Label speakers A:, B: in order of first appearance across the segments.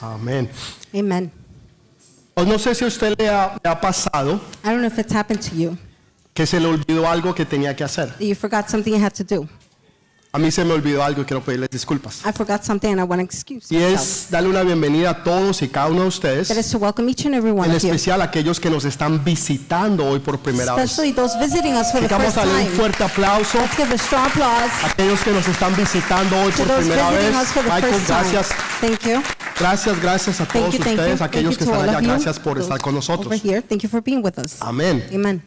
A: Amén.
B: Amen.
A: O no sé si a usted le ha, le ha pasado
B: I don't know if it's happened to you
A: que se le olvidó algo que tenía que hacer.
B: that you forgot something you had to do.
A: A mí se me olvidó algo y quiero pedirles disculpas.
B: I forgot something and I want to excuse
A: Y
B: myself.
A: es darle una bienvenida a todos y cada uno de ustedes,
B: That is to welcome each and every one
A: en
B: of you,
A: especial a aquellos que nos están visitando hoy por primera vez.
B: especially those visiting us for the
A: Vamos
B: first
A: a darle un
B: time.
A: fuerte aplauso
B: Let's give a strong applause
A: a aquellos que nos están visitando hoy
B: to
A: por
B: those
A: primera
B: visiting
A: vez.
B: us for the
A: Michael,
B: first time.
A: gracias,
B: Thank you.
A: gracias, gracias a todos
B: Thank you, thank you.
A: ustedes, a
B: Thank you
A: aquellos que
B: to
A: están
B: all
A: allá.
B: of you.
A: Gracias por
B: those
A: estar con
B: Over
A: nosotros.
B: here. Thank you for being with us.
A: Amén.
B: Amen.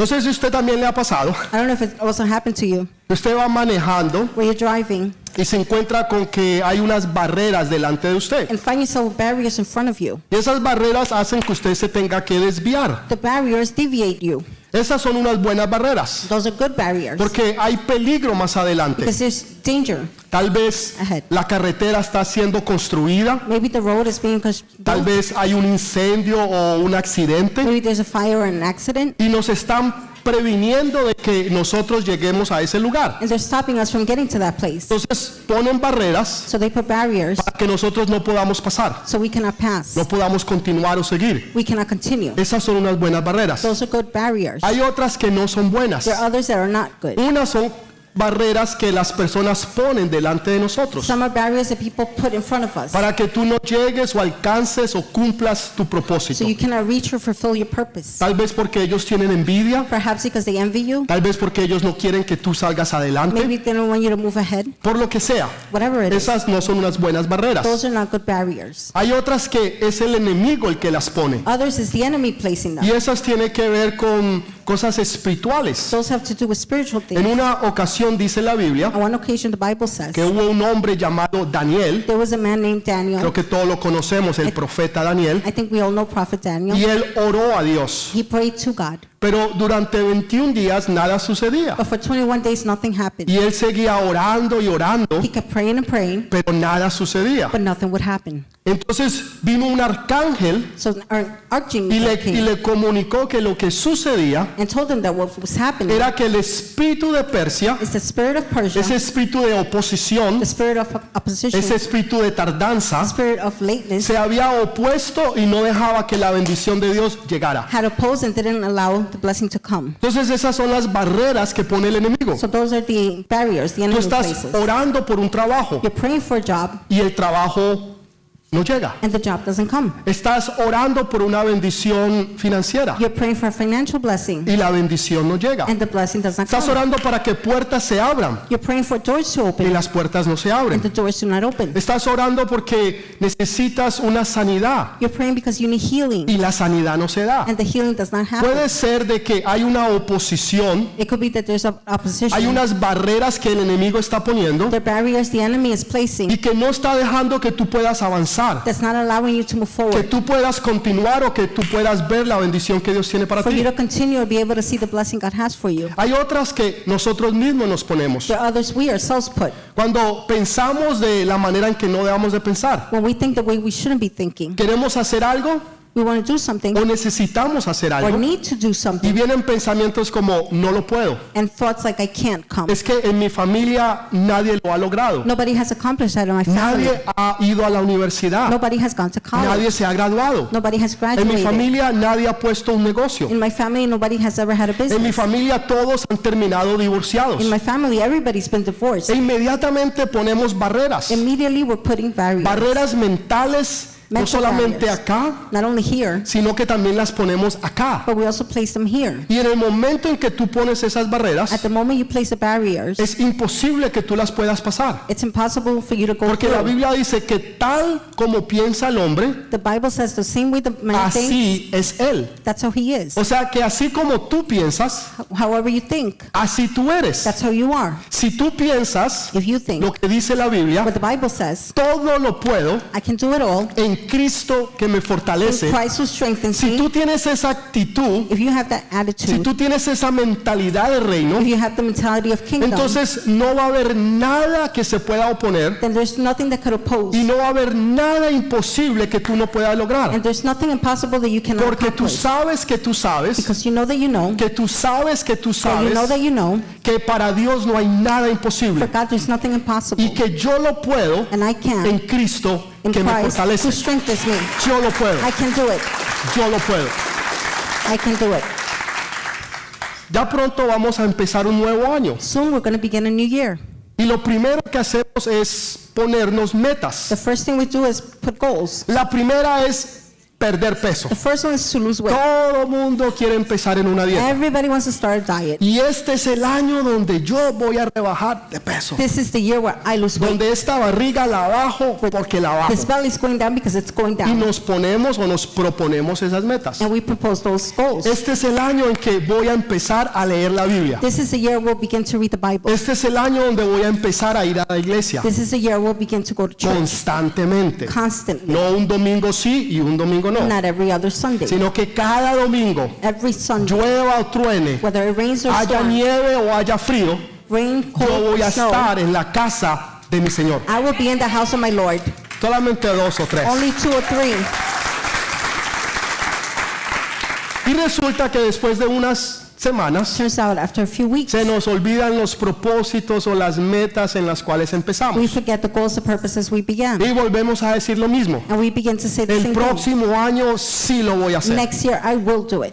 A: No sé si usted también le ha pasado
B: I don't know if it also happened to you
A: que usted va manejando
B: where you're driving
A: y se encuentra con que hay unas barreras delante de usted.
B: and find yourself with barriers in front of you.
A: Y esas barreras hacen que usted se tenga que desviar.
B: The barriers deviate you.
A: Esas son unas buenas barreras.
B: Those are good barriers
A: Porque hay peligro más adelante.
B: because there's danger.
A: Tal vez
B: Ahead.
A: la carretera está siendo construida,
B: Maybe the road is being cons-
A: tal vez hay un incendio o un accidente
B: Maybe there's a fire or an accident,
A: y nos están previniendo de que nosotros lleguemos a ese lugar.
B: and they're stopping us from getting to that place.
A: Entonces ponen barreras
B: So they put barriers
A: para que nosotros no podamos pasar,
B: so we cannot pass.
A: no podamos continuar o seguir.
B: We cannot continue.
A: Esas son unas buenas barreras.
B: Those are good barriers.
A: Hay otras que no son buenas.
B: There are others that are not good.
A: Unas son barreras que las personas ponen delante de nosotros
B: Some are barriers that people put in front of us
A: para que tú no llegues o alcances o cumplas tu
B: so
A: propósito.
B: you cannot reach or fulfill your purpose.
A: Tal vez porque ellos tienen envidia,
B: Perhaps because they envy you.
A: tal vez porque ellos no quieren que tú salgas adelante,
B: Maybe they don't want you to move ahead.
A: por lo que sea.
B: Whatever it is,
A: Esas no son unas buenas barreras.
B: those are not good barriers.
A: Hay otras que es el enemigo el que las pone.
B: Others is the enemy placing them.
A: Y esas tienen que ver con cosas espirituales.
B: Those have to do with spiritual
A: En
B: things.
A: una ocasión dice la Biblia
B: On one occasion, the Bible says
A: que hubo un hombre llamado Daniel,
B: there was a man named
A: creo
B: Daniel.
A: que todos lo conocemos, el profeta Daniel,
B: I think we all know Prophet Daniel.
A: y él oró a Dios.
B: He prayed to God,
A: Pero durante 21 días nada sucedía.
B: but for 21 days nothing happened.
A: Y él seguía orando y orando,
B: He kept praying and praying,
A: pero nada sucedía.
B: but nothing would happen.
A: Entonces vino un arcángel
B: So an ar-
A: y
B: archangel
A: le, y
B: came
A: le comunicó que lo que sucedía
B: and told him that what was happening
A: era que el espíritu de Persia,
B: is the spirit of
A: ese
B: Persia,
A: espíritu de oposición,
B: the spirit of op- opposition,
A: ese
B: the
A: espíritu de tardanza,
B: spirit of lateness,
A: se había opuesto y no dejaba que la bendición de Dios llegara.
B: had opposed and didn't allow the blessing to come.
A: Entonces esas son las barreras que pone el enemigo.
B: So those are the barriers, the
A: Tú
B: enemy
A: estás
B: places.
A: orando por un trabajo
B: You're praying for a job
A: y el trabajo no llega.
B: and the job doesn't come.
A: Estás orando por una bendición financiera
B: You're praying for a financial blessing
A: y la bendición no llega.
B: and the blessing does not
A: Estás
B: come.
A: orando para que puertas se abran
B: You're praying for doors to
A: y
B: open
A: las puertas no se
B: and
A: abren.
B: the doors do not open.
A: Estás orando porque necesitas una sanidad
B: You're praying because you need healing
A: y la sanidad no se da.
B: and the healing does not happen.
A: Puede ser de que hay una oposición,
B: It could be that there's a
A: hay
B: opposition.
A: unas barreras que el enemigo está poniendo
B: The barriers the enemy is placing
A: y que no está dejando que tú puedas avanzar,
B: that's not allowing you to move
A: que
B: forward.
A: tú puedas continuar o que tú puedas ver la bendición que Dios tiene para
B: For you
A: ti.
B: to continue to be able to see the blessing God has for you.
A: Hay otras que nosotros mismos nos ponemos.
B: There are others we ourselves put.
A: Cuando pensamos de la manera en que no debamos de pensar,
B: When we think the way we shouldn't be thinking,
A: queremos hacer algo
B: we want to do something
A: o necesitamos hacer
B: or
A: algo
B: need to do
A: y
B: something,
A: vienen pensamientos como no lo puedo.
B: and thoughts like, I can't come.
A: Es que en mi familia nadie lo ha logrado.
B: Nobody has accomplished that in my family.
A: Nadie ha ido a la universidad.
B: Nobody has gone to college.
A: Nadie se ha graduado.
B: Nobody has
A: En mi
B: graduated.
A: familia nadie ha puesto un negocio.
B: In my family, nobody has ever had a
A: En mi
B: business.
A: familia todos han terminado divorciados.
B: In my family, everybody's been divorced.
A: E inmediatamente ponemos barreras.
B: Immediately, we're putting barriers.
A: Barreras mentales, no
B: Mental
A: solamente
B: barriers.
A: acá,
B: Not only here,
A: sino que también las ponemos acá.
B: but we also place them here.
A: Y en el momento en que tú pones esas
B: At
A: barreras,
B: the moment you place the barriers,
A: es imposible que tú las puedas pasar.
B: it's impossible for you to go
A: Porque la
B: through.
A: Biblia dice que tal como piensa el hombre,
B: The Bible says the same way the man thinks,
A: así es él.
B: that's how he is.
A: O sea que así como tú piensas,
B: However you think,
A: así tú eres.
B: that's how you are.
A: Si tú piensas
B: If you
A: lo
B: think
A: que dice la Biblia,
B: what the Bible says,
A: todo lo puedo
B: I can do it all
A: en Cristo que me
B: in
A: fortalece.
B: Christ who strengthens
A: Si
B: me.
A: tú tienes esa actitud,
B: If you have that
A: si
B: attitude,
A: tú tienes esa mentalidad de reino,
B: if you have the mentality of kingdom,
A: entonces no va a haber nada que se pueda oponer
B: then there's nothing that could oppose,
A: Y no va a haber nada imposible que tú no puedas lograr.
B: and there's nothing impossible that you cannot
A: Porque tú
B: accomplish.
A: sabes que tú sabes,
B: Because you know that you know,
A: que tú sabes que tú
B: that you know
A: sabes
B: that you know,
A: que para Dios no hay nada
B: for
A: imposible.
B: God there's nothing
A: Y
B: impossible,
A: que yo lo puedo
B: and I can
A: en Cristo
B: in
A: que me
B: Christ who
A: fortalece.
B: strengthens me.
A: Yo lo puedo,
B: I can do it.
A: yo lo puedo.
B: I can do it.
A: Ya pronto vamos a empezar un nuevo año
B: Soon we're going to begin a new year.
A: y lo primero que hacemos es ponernos metas.
B: The first thing we do is put goals.
A: La primera es perder peso.
B: The first one is to lose weight.
A: Todo mundo quiere empezar en una dieta.
B: Everybody wants to start a diet.
A: Y este es el año donde yo voy a rebajar de peso.
B: This is the year where I lose weight.
A: Donde esta barriga la bajo porque la bajo.
B: This belly is going down because it's going
A: Y
B: down.
A: nos ponemos o nos proponemos esas metas.
B: And we propose those goals.
A: Este es el año en que voy a empezar a leer la Biblia.
B: This is the year we'll begin to read the Bible.
A: Este es el año donde voy a empezar a ir a la iglesia
B: This is the year we'll begin to go to church
A: constantemente.
B: constantly,
A: No un domingo sí y un domingo no,
B: not every other Sunday.
A: sino que cada domingo,
B: Every Sunday,
A: llueva o truene,
B: whether it rains or
A: haya
B: storms,
A: nieve o haya frío,
B: rain,
A: yo
B: cold,
A: voy a
B: snow,
A: estar en la casa de mi Señor.
B: I will be in the house of my Lord.
A: Solamente dos o tres.
B: Only two or three.
A: Y resulta que después de unas semanas
B: Turns out, after a few weeks,
A: se nos olvidan los propósitos o las metas en las cuales
B: we
A: empezamos.
B: forget the goals and purposes we began.
A: Y volvemos a decir lo mismo.
B: And we begin to say the
A: El
B: same thing.
A: próximo año sí lo voy a hacer.
B: Next year, I will do it.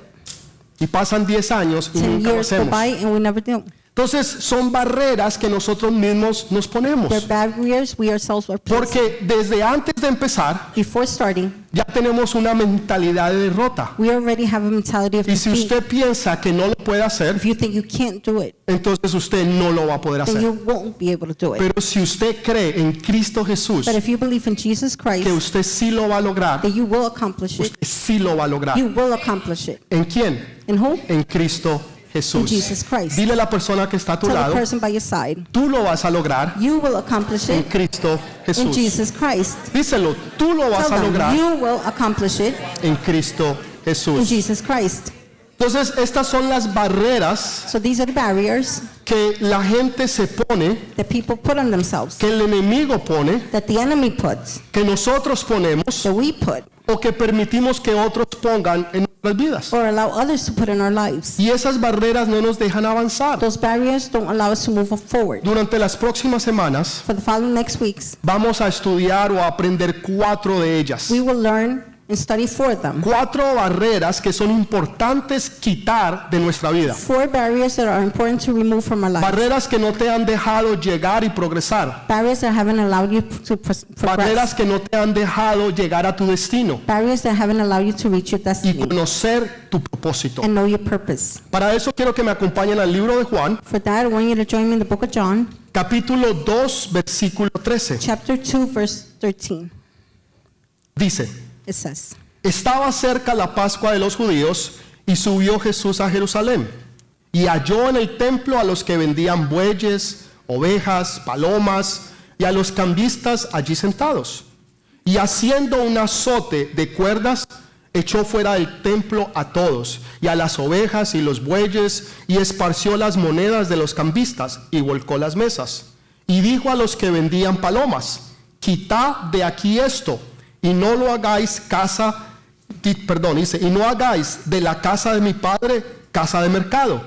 A: Y pasan 10 años y
B: 10
A: nunca lo
B: years go
A: Mm-hmm. hacemos.
B: by and we never do.
A: Entonces son barreras que nosotros mismos nos
B: They're
A: ponemos.
B: barriers we ourselves were placed.
A: Porque desde antes de empezar
B: Before starting,
A: ya tenemos una mentalidad de derrota.
B: we already have a mentality of
A: Y si
B: defeat.
A: usted piensa que no lo puede hacer,
B: If you think you can't do it,
A: entonces usted no lo va a poder
B: then
A: hacer.
B: you won't be able to do it.
A: Pero si usted cree en Cristo Jesús,
B: But if you believe in Jesus
A: que
B: Christ,
A: usted sí lo va a lograr,
B: that you will accomplish it.
A: usted sí lo va a lograr.
B: You will accomplish it.
A: ¿En quién?
B: In who?
A: En Cristo
B: In
A: Jesús.
B: Jesus Christ.
A: Dile a la persona que está a tu
B: Tell the
A: lado,
B: person by your side,
A: tú lo vas a lograr
B: you will accomplish
A: en
B: it
A: Cristo
B: in
A: Jesús.
B: Jesus Christ.
A: Díselo, tú lo vas
B: Tell
A: a
B: them,
A: lograr
B: you will accomplish it
A: en Cristo
B: in
A: Jesús.
B: Jesus Christ.
A: Entonces, estas son las barreras
B: So these are the barriers
A: que la gente se pone,
B: that people put on themselves,
A: que el enemigo pone,
B: that the enemy puts,
A: que nosotros ponemos
B: that we put,
A: o que permitimos que otros pongan en nuestras vidas.
B: or allow others to put in our lives.
A: Y esas barreras no nos dejan avanzar.
B: Those barriers don't allow us to move forward.
A: Durante las próximas semanas
B: For the following next weeks,
A: vamos a estudiar o a aprender cuatro de ellas.
B: we will learn and study for them.
A: Cuatro barreras que son importantes quitar de nuestra vida.
B: Four barriers that are important to remove from our lives.
A: Barreras que no te han dejado llegar y progresar.
B: Barriers that haven't allowed you to pros- progress.
A: Barreras que no te han dejado llegar a tu destino
B: Barriers that haven't allowed you to reach your
A: y
B: destiny
A: conocer tu propósito.
B: and know your purpose.
A: Para eso quiero que me acompañen al libro de Juan,
B: For that, I want you to join me in the book of John,
A: capítulo 2, versículo 13.
B: chapter 2, verse 13.
A: Dice,
B: It says,
A: Estaba cerca la Pascua de los judíos y subió Jesús a Jerusalén y halló en el templo a los que vendían bueyes, ovejas, palomas y a los cambistas allí sentados. Y haciendo un azote de cuerdas, echó fuera del templo a todos y a las ovejas y los bueyes y esparció las monedas de los cambistas y volcó las mesas. Y dijo a los que vendían palomas, quitad de aquí esto y no lo hagáis casa, di- perdón, dice, y no hagáis de la casa de mi padre casa de mercado.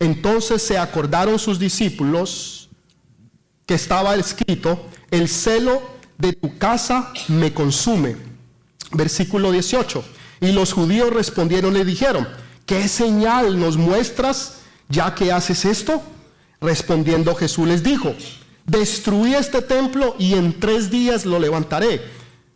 A: Entonces se acordaron sus discípulos que estaba escrito, el celo de tu casa me consume. Versículo 18. Y los judíos respondieron, le dijeron, ¿qué señal nos muestras ya que haces esto? Respondiendo Jesús les dijo, destruí este templo y en tres días lo levantaré.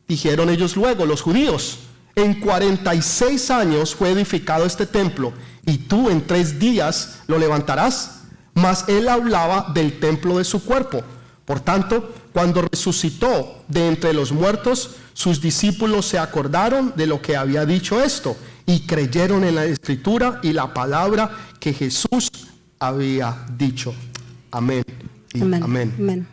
A: Dijeron ellos luego, los judíos, en 46 años fue edificado este templo y tú en tres días lo levantarás. Mas él hablaba del templo de su cuerpo. Por tanto, cuando resucitó de entre los muertos, sus discípulos se acordaron de lo que había dicho esto y creyeron en la escritura y la palabra que Jesús había dicho. Amén. y
B: Amen.
A: amén.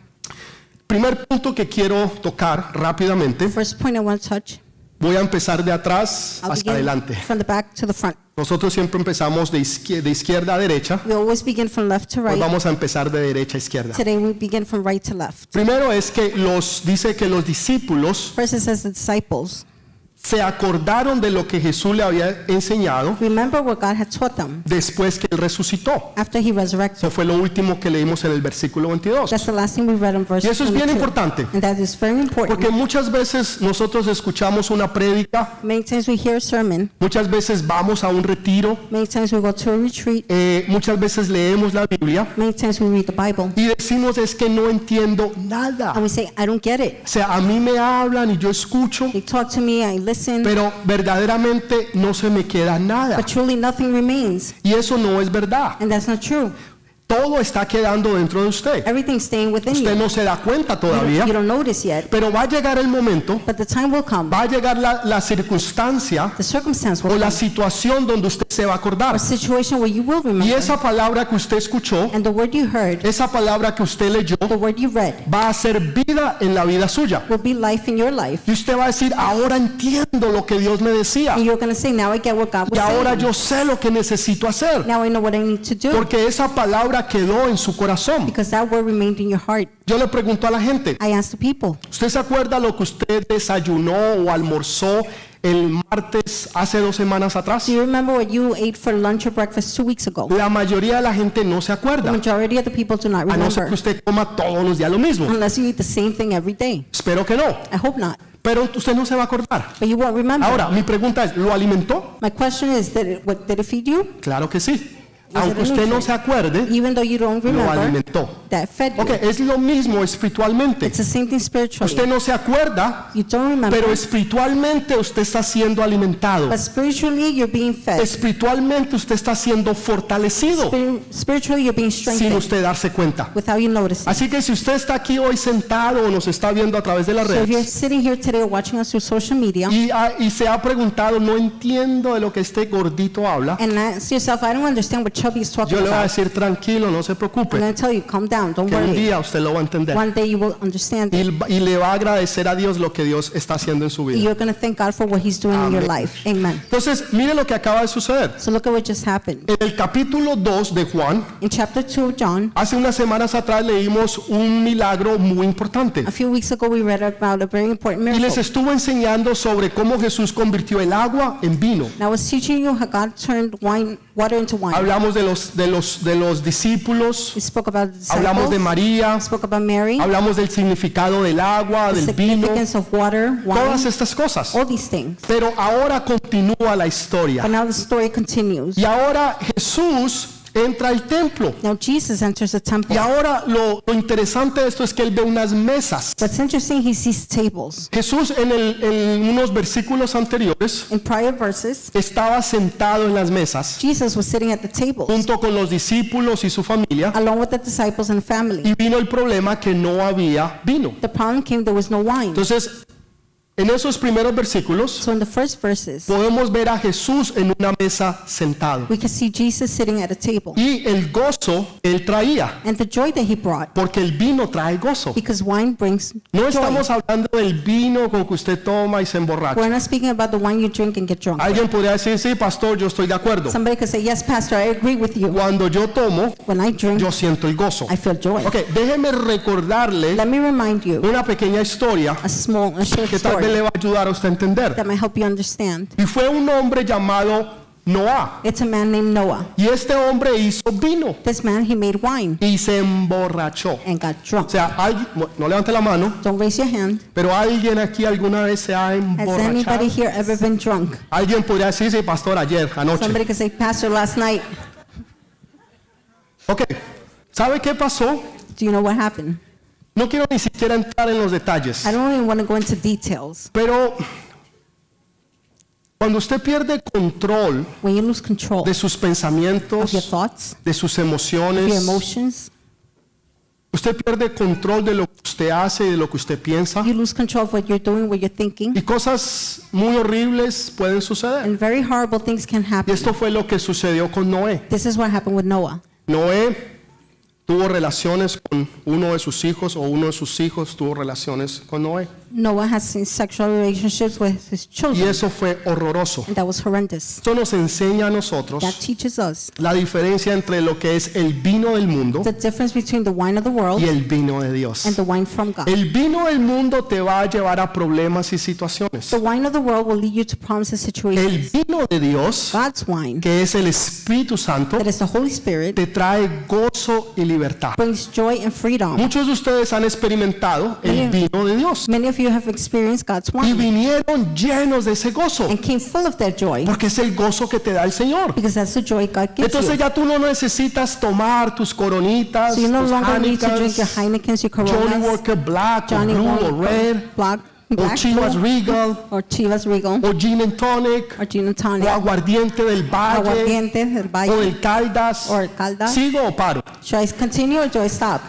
A: Primer punto que quiero tocar rápidamente.
B: First point I want to touch.
A: Voy a empezar de atrás
B: I'll
A: hasta
B: begin
A: adelante.
B: from the back to the front.
A: Nosotros siempre empezamos de izquier- de izquierda a derecha.
B: We always begin from left to
A: Hoy
B: right.
A: vamos a empezar de derecha a izquierda.
B: Today we begin from right to left.
A: Primero es que los dice que los discípulos
B: First it says the disciples
A: se acordaron de lo que Jesús le había enseñado
B: Remember what God had taught them
A: después que él resucitó.
B: after he resurrected.
A: Eso fue lo último que leímos en el versículo 22.
B: That's the last thing we read in verse
A: Y eso es bien
B: 22.
A: importante.
B: And that is very important.
A: Porque muchas veces nosotros escuchamos una prédica,
B: many times we hear a sermon,
A: muchas veces vamos a un retiro,
B: many times we go to a retreat,
A: eh, muchas veces leemos la Biblia
B: many times we read the Bible,
A: y decimos es que no entiendo nada.
B: and we say, I don't get it.
A: O sea, a mí me hablan y yo escucho,
B: They talk to me, I listen,
A: pero verdaderamente no se me queda nada.
B: but truly nothing remains.
A: Y eso no es verdad.
B: And that's not true.
A: Todo está quedando dentro de usted.
B: Everything's staying within you.
A: Usted no se da cuenta
B: You don't,
A: todavía,
B: you don't notice yet.
A: pero va a llegar el momento,
B: But the time will come,
A: va a llegar la, la circunstancia
B: the circumstance
A: o
B: will
A: la
B: come,
A: situación donde usted se va a acordar.
B: a situation where you will
A: Y
B: remember.
A: esa palabra que usted escuchó,
B: and the word you heard,
A: esa palabra que usted leyó,
B: the word you read,
A: va a ser vida en la vida suya.
B: will be life in your life.
A: Y usted va a decir, ahora entiendo lo que Dios me decía.
B: And you're going to say, now I get what God
A: Y
B: was
A: ahora
B: saying.
A: yo sé lo que necesito hacer.
B: Now I know what I need to do.
A: Porque esa palabra quedó en su corazón.
B: because that word remained in your heart.
A: Yo le pregunto a la gente,
B: I asked the people,
A: ¿usted se acuerda lo que usted desayunó o almorzó el martes hace dos semanas atrás?
B: Do you remember what you ate for lunch or breakfast two weeks ago?
A: La mayoría de la gente no se
B: The
A: acuerda,
B: majority of the people do not
A: a no ser
B: remember,
A: que usted coma todos los días lo mismo.
B: unless you eat the same thing every day.
A: Espero que no,
B: I hope not,
A: pero usted no se va a acordar.
B: but you won't remember.
A: Ahora, mi pregunta es, ¿lo alimentó?
B: My question is, did it, what, did it feed you?
A: Claro que sí.
B: sea,
A: Aunque usted no se acuerde,
B: Even though you don't
A: lo
B: remember,
A: alimentó.
B: that fed you.
A: Ok, es lo mismo espiritualmente.
B: It's the same thing spiritually.
A: Usted no se acuerda,
B: you don't remember,
A: pero espiritualmente usted está siendo alimentado.
B: but spiritually you're being fed.
A: Espiritualmente usted está siendo fortalecido
B: Spir- spiritually you're being
A: sin
B: strengthened
A: usted darse cuenta.
B: without you noticing.
A: Así que si usted está aquí hoy sentado o nos está viendo a través de las
B: So if you're
A: redes
B: sitting here today or watching us through social media
A: y, ah, y se ha preguntado, no entiendo de lo que este gordito habla,
B: and ask yourself, I don't understand what Chubby is talking
A: yo le voy a
B: about.
A: decir tranquilo, no se
B: I'm
A: preocupe,
B: going to tell you, calm down, don't
A: que un
B: worry.
A: día usted lo va a entender.
B: One day you will understand it.
A: y, y le va a agradecer a Dios lo que Dios está haciendo en su vida.
B: You're going to thank God for what He's doing in your
A: Amén.
B: life. Amen.
A: Entonces, mire lo que acaba de suceder.
B: So look at what just happened.
A: En el capítulo 2 de Juan,
B: In chapter 2 of John,
A: hace unas semanas atrás leímos un milagro muy importante.
B: a few weeks ago we read about a very important
A: Y les
B: miracle.
A: estuvo enseñando sobre cómo Jesús convirtió el agua en vino.
B: Now I was teaching you how God turned wine, water into wine.
A: Hablamos de los, de los, de los discípulos,
B: We spoke about the
A: hablamos de
B: disciples.
A: María,
B: We spoke about Mary,
A: hablamos del significado del agua,
B: the
A: del vino,
B: significance of water, wine,
A: todas estas cosas.
B: all these things.
A: Pero ahora continúa la
B: But
A: historia.
B: now the story continues.
A: Y ahora Jesús entra al templo.
B: Now Jesus enters the temple.
A: Y ahora lo, lo interesante de esto es que él ve unas mesas.
B: What's interesting, he sees tables.
A: Jesús en, el- en unos versículos anteriores
B: In prior verses,
A: estaba sentado en las mesas
B: Jesus was sitting at the tables
A: junto con los discípulos y su familia
B: along with the disciples and family.
A: y vino el problema que no había vino.
B: The problem came there was no wine.
A: Entonces, en esos primeros versículos
B: So in the first verses,
A: podemos ver a Jesús en una mesa sentado
B: we can see Jesus sitting at a table
A: y el gozo él traía,
B: and the joy that he brought
A: porque el vino trae gozo.
B: because wine brings
A: No
B: joy.
A: estamos hablando del vino con que usted toma y se
B: We're
A: emborracha.
B: not speaking about the wine you drink and get drunk.
A: Alguien podría decir, sí, pastor, yo estoy de acuerdo.
B: Somebody could say, Yes, Pastor, I agree with you.
A: Cuando yo tomo,
B: When I drink,
A: yo siento el gozo.
B: I feel joy.
A: Ok, déjeme recordarle
B: Let me remind you
A: una pequeña historia
B: a small, a short
A: que tal vez
B: story
A: le va a ayudar a usted a entender.
B: that might help you understand.
A: Y fue un hombre llamado Noah.
B: It's a man named Noah.
A: Y este hombre hizo vino
B: This man, he made wine
A: y se emborrachó. O
B: and got drunk.
A: sea, alguien- bueno, no levante la mano,
B: Don't raise your hand.
A: pero alguien aquí alguna vez se ha
B: Has anybody
A: emborrachado.
B: here ever been drunk?
A: Alguien podría decir, sí, pastor, ayer, anoche.
B: Somebody could say, Pastor, last night.
A: Ok, ¿sabe qué pasó?
B: Do you know what happened?
A: No quiero ni siquiera entrar en los detalles.
B: I don't even want to go into details.
A: Pero cuando usted pierde control
B: When you lose control
A: de sus
B: of your
A: pensamientos,
B: thoughts,
A: de sus
B: your
A: emociones,
B: emotions,
A: usted pierde control de lo que usted hace y de lo que usted piensa.
B: you lose control of what you're doing, what you're thinking,
A: Y cosas muy horribles pueden suceder.
B: and very horrible things can
A: Y
B: happen.
A: esto fue lo que sucedió con Noé.
B: This is what happened with Noah.
A: Noé tuvo relaciones con uno de sus hijos o uno de sus hijos tuvo relaciones con Noé.
B: Noah has seen sexual relationships with his
A: Y
B: children,
A: eso fue horroroso.
B: and that was horrendous.
A: Esto nos enseña a nosotros
B: That teaches us
A: la diferencia entre lo que es el vino del mundo
B: the difference between the wine of the world
A: y el vino de Dios.
B: and the wine from God.
A: El vino del mundo te va a llevar a problemas y situaciones.
B: The wine of the world will lead you to problems and
A: El
B: situations.
A: vino de Dios,
B: God's wine,
A: que es el Espíritu Santo,
B: that is the Holy Spirit,
A: te trae gozo y libertad.
B: brings joy and freedom.
A: Muchos de ustedes han experimentado el vino de Dios
B: Many of you have experienced God's
A: y
B: wine
A: vinieron llenos de ese gozo,
B: and came full of that joy
A: porque es el gozo que te da el Señor.
B: because that's the joy God gives you.
A: Entonces ya tú no necesitas tomar tus coronitas,
B: So you no
A: tus
B: longer need to drink your
A: Hanicas,
B: Heinekens, your
A: Johnny
B: Coronas,
A: Walker Black, o
B: Johnny
A: Blue
B: Walker,
A: o Red,
B: Black,
A: o
B: Black
A: Chivas
B: Blue,
A: Regal,
B: or Chivas Regal,
A: o Gin and Tonic,
B: or Gin and
A: o
B: Tonic,
A: Aguardiente del Valle,
B: Aguardiente, del
A: o
B: Valle.
A: el Caldas.
B: Or el Caldas.
A: ¿Sigo o paro?
B: Should I continue or do I stop?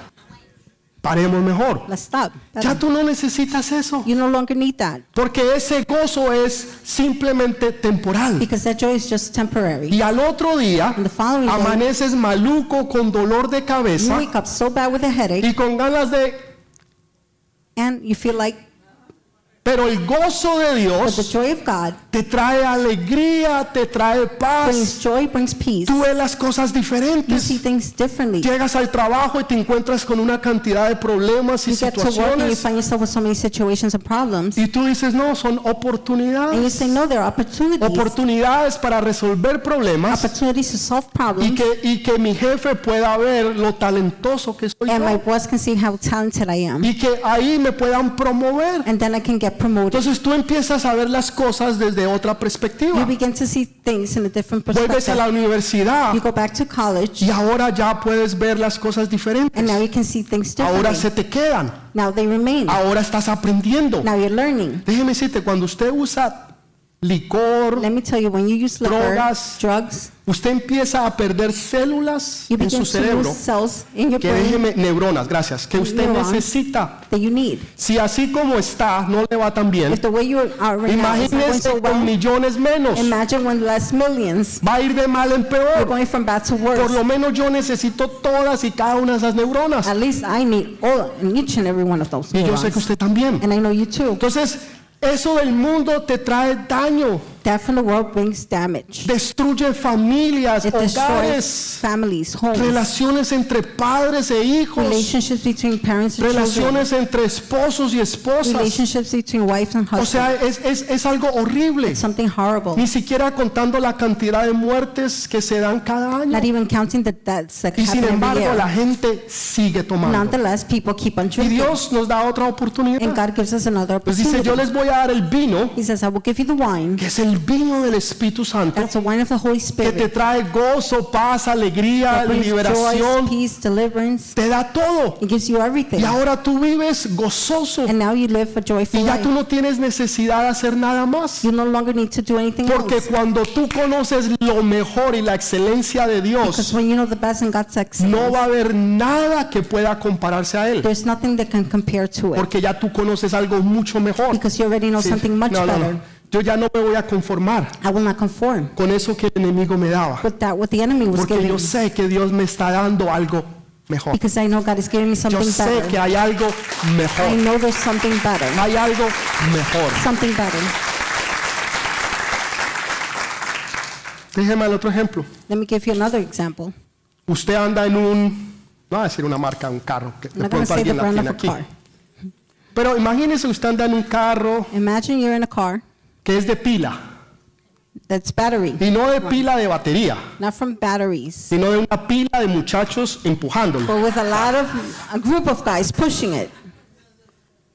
A: Paremos mejor.
B: Let's stop.
A: Ya tú no necesitas eso.
B: You no longer need that
A: Porque ese gozo es simplemente temporal.
B: because that joy is just temporary.
A: Y al otro día
B: And the following day-
A: amaneces maluco con dolor de
B: You
A: cabeza
B: wake up so bad with a headache
A: y con ganas de...
B: and you feel like,
A: Pero el gozo de
B: but the
A: Dios
B: joy of God
A: te trae alegría, te trae paz.
B: brings joy, brings peace.
A: Tú ves las cosas
B: You see
A: diferentes.
B: things differently.
A: Llegas al trabajo y te encuentras con una cantidad de problemas y
B: You get to work and you
A: situaciones.
B: find yourself with so many situations and problems.
A: Y tú dices, no, son
B: And you
A: oportunidades.
B: say, no, there are opportunities,
A: Oportunidades para resolver problemas
B: opportunities to solve
A: y
B: problems.
A: que, y que mi jefe pueda ver lo talentoso que soy
B: And my
A: yo.
B: boss can see how talented I am.
A: Y que ahí me puedan promover.
B: And then I can get promoted.
A: Entonces tú empiezas a ver las cosas desde otra
B: You
A: perspectiva.
B: begin to see things in a different
A: Vuelves a
B: perspective.
A: la universidad
B: You go back to college
A: y ahora ya puedes ver las cosas
B: and now
A: diferentes.
B: you can see things
A: Ahora se
B: differently.
A: te quedan.
B: Now they remain.
A: Ahora estás aprendiendo.
B: Now you're learning.
A: Déjeme decirte, cuando usted usa licor,
B: Let me tell you, when you use liquor,
A: Drogas.
B: drugs,
A: usted empieza a perder células
B: you
A: en
B: begin
A: su
B: to
A: cerebro.
B: lose cells in your
A: Que
B: brain
A: déjeme, neuronas, gracias, que usted
B: Neuronas.
A: necesita.
B: that you need.
A: Si así como está, no le va tan bien,
B: If the way you are right now is not going
A: imagínese
B: so
A: con
B: well,
A: millones menos.
B: imagine when less millions
A: Va a ir de mal en
B: are
A: peor.
B: going from bad to
A: Por
B: worse.
A: lo menos yo necesito todas y cada una de esas neuronas.
B: At least I need all and each and every one of those.
A: Y yo sé
B: neurons.
A: que usted también.
B: And I know you too.
A: Entonces, eso del mundo te trae daño,
B: Death in the world brings damage.
A: destruye familias,
B: It destroys
A: hogares,
B: families, homes,
A: relaciones entre padres e hijos,
B: relationships between parents and children,
A: relaciones entre esposos y esposas.
B: relationships between wife and
A: O
B: husband.
A: sea, es, es, es algo horrible.
B: Something horrible.
A: Ni siquiera contando la cantidad de muertes que se dan cada año.
B: Not even counting the deaths that
A: Y sin
B: happen every
A: embargo, la
B: year.
A: gente sigue tomando.
B: Nonetheless, people keep on
A: Y
B: drinking.
A: Dios nos da otra
B: And
A: oportunidad.
B: God gives us another
A: Pues dice, yo
B: opportunity.
A: les voy a dar el vino,
B: He says, I will give you the wine.
A: que es el vino del Espíritu Santo,
B: That's the wine of the Holy
A: que te
B: Spirit.
A: trae gozo, paz, alegría,
B: That brings joy,
A: liberación,
B: peace, deliverance.
A: te da todo.
B: It gives you everything.
A: Y ahora tú vives gozoso
B: And now you live a joyful
A: y ya tú
B: life.
A: no tienes necesidad de hacer nada más.
B: You no longer need to do anything
A: Porque
B: else.
A: cuando tú conoces lo mejor y la excelencia de
B: Because
A: Dios,
B: when you know the best in God's
A: no
B: excellence,
A: va a haber nada que pueda compararse a Él.
B: there's nothing that can compare to it.
A: Porque ya tú conoces algo mucho mejor.
B: Because you already know
A: Sí.
B: something much
A: No, no, no.
B: better.
A: Yo ya no me voy a conformar
B: I will not conform
A: con eso que el enemigo me daba.
B: with that what the enemy was
A: Porque
B: giving
A: yo
B: me.
A: sé que Dios me está dando algo mejor.
B: Because I know God is giving me
A: Yo
B: something
A: sé que
B: better.
A: hay algo
B: I
A: mejor.
B: know there's something better.
A: Hay algo mejor.
B: Something better.
A: Déjeme el otro ejemplo.
B: Let me give you another example.
A: Usted anda en un, no voy a decir una marca, un carro, que
B: I'm
A: de
B: not going to
A: pronto
B: say the
A: alguien la
B: brand of
A: tiene
B: a
A: aquí.
B: car.
A: Pero imagínese usted anda en un carro
B: Imagine you're in a car
A: que es de pila.
B: that's battery,
A: Y no de pila de batería,
B: not from batteries,
A: sino de una pila de muchachos empujándolo.
B: but with a lot of a group of guys pushing it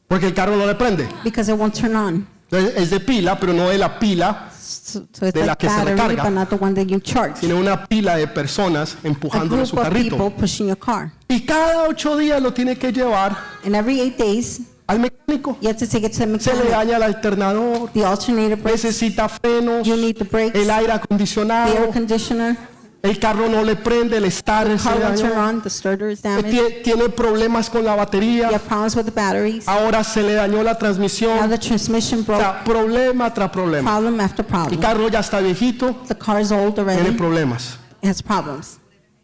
A: Porque el carro no le prende.
B: because it won't turn on.
A: Entonces, Es de pila, pero no de la pila,
B: So, so it's
A: De la
B: like
A: que se
B: battery,
A: recarga.
B: but not the one that you charge.
A: sino una pila de personas
B: A
A: empujándole su
B: group of people
A: carrito.
B: pushing your car,
A: Y cada ocho días lo tiene que llevar
B: and every eight days
A: al mecánico.
B: you have to take it to the
A: Se le
B: mechanic.
A: daña el alternador,
B: The alternator breaks,
A: Pues, necesita frenos,
B: You need the brakes.
A: el aire
B: the air
A: acondicionado,
B: conditioner,
A: el carro no le prende, el starter se
B: car won't turn
A: dañó,
B: on, the starter is
A: eh,
B: damaged.
A: tie- tiene problemas con la
B: You
A: batería,
B: have problems with the batteries.
A: ahora se le dañó la
B: Now
A: transmisión,
B: the transmission
A: o
B: broke.
A: sea, problema tras problema.
B: Problem after
A: El
B: problem.
A: carro ya está viejito,
B: The car is old
A: tiene
B: already.
A: problemas.
B: It has problems.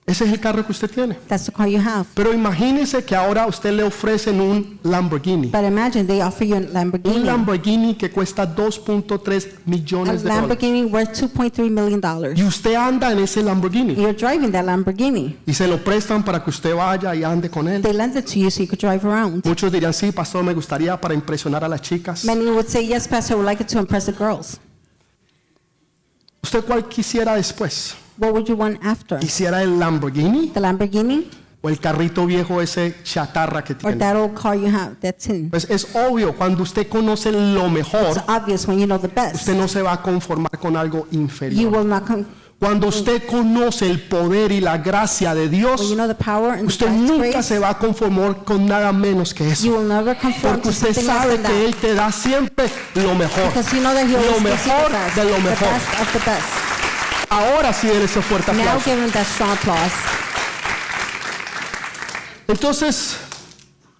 A: Ese es el carro que usted tiene.
B: That's the car you have.
A: Pero imagínese que ahora a usted le ofrecen un Lamborghini.
B: But imagine they offer you a
A: Un
B: Lamborghini.
A: Lamborghini que cuesta 2.3
B: A
A: millones de dólares.
B: Lamborghini worth 2.3 million dollars.
A: Y usted anda en ese Lamborghini.
B: You're driving that Lamborghini.
A: Y se lo prestan para que usted vaya y ande con él.
B: They lend it to you so you could drive around.
A: Muchos dirían, sí, pastor, me gustaría para impresionar a las chicas.
B: Many would say, yes, Pastor, I would like it to impress the girls.
A: ¿Usted cuál quisiera después?
B: What would you want after?
A: ¿Quisiera el Lamborghini
B: The Lamborghini
A: o el carrito viejo ese chatarra que
B: or
A: tiene?
B: that old car you have that's in?
A: Pues es obvio, cuando usted conoce lo
B: It's
A: mejor,
B: obvious when you know the best.
A: usted no se va a conformar con algo
B: You
A: inferior.
B: will not come.
A: Cuando usted conoce el poder y la gracia de
B: When
A: Dios,
B: you know the power and the
A: usted
B: God's
A: nunca
B: grace,
A: se va a conformar con nada menos que
B: you
A: eso.
B: will never conform
A: Porque
B: to
A: usted
B: something less
A: sabe
B: than
A: que
B: that.
A: Él te da siempre lo mejor.
B: Because you know that He
A: Lo
B: always gives you
A: mejor
B: the best,
A: de lo
B: the
A: mejor.
B: best of the best.
A: Ahora sí, él ese fuerte
B: Now
A: aplauso.
B: give Him that strong applause.
A: Entonces,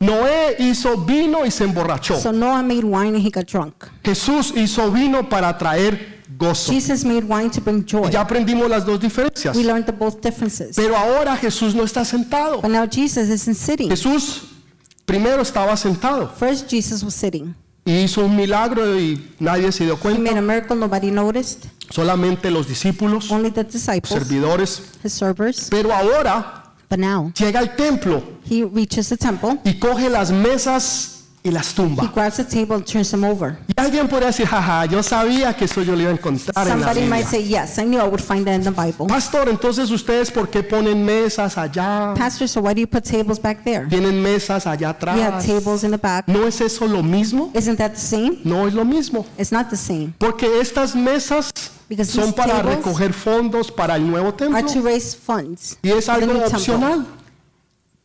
A: Noé hizo vino y se emborrachó.
B: So Noah made wine and he got drunk.
A: Jesús hizo vino para traer gozo.
B: Jesus made wine to bring joy.
A: Ya aprendimos las dos diferencias.
B: We learned the both differences.
A: Pero ahora Jesús no está sentado.
B: But now Jesus isn't sitting.
A: Jesús primero estaba sentado
B: First, Jesus was sitting.
A: y hizo un milagro y nadie se dio
B: He
A: cuenta.
B: made a miracle nobody noticed,
A: Solamente los discípulos,
B: only the disciples,
A: servidores.
B: his servers.
A: Pero ahora
B: But now
A: llega al templo
B: he reaches the temple,
A: y coge las mesas y las
B: he
A: tumba.
B: grabs the table and turns them over.
A: Y alguien podría decir, jaja, yo sabía que eso yo lo iba a encontrar en la
B: Somebody might
A: Biblia.
B: say, Yes, I knew I would find that in the Bible.
A: Pastor, entonces ustedes por qué ponen mesas allá?
B: Pastor, so why do you put tables back there?
A: Tienen mesas allá
B: You have
A: atrás.
B: tables in the back.
A: ¿No es eso lo mismo?
B: Isn't that the same?
A: No es lo mismo.
B: It's not the same.
A: Porque estas mesas
B: Because
A: son
B: these
A: para
B: tables
A: recoger fondos para el nuevo
B: Are
A: templo
B: to raise funds.
A: y es
B: for the
A: algo
B: new temple.
A: opcional.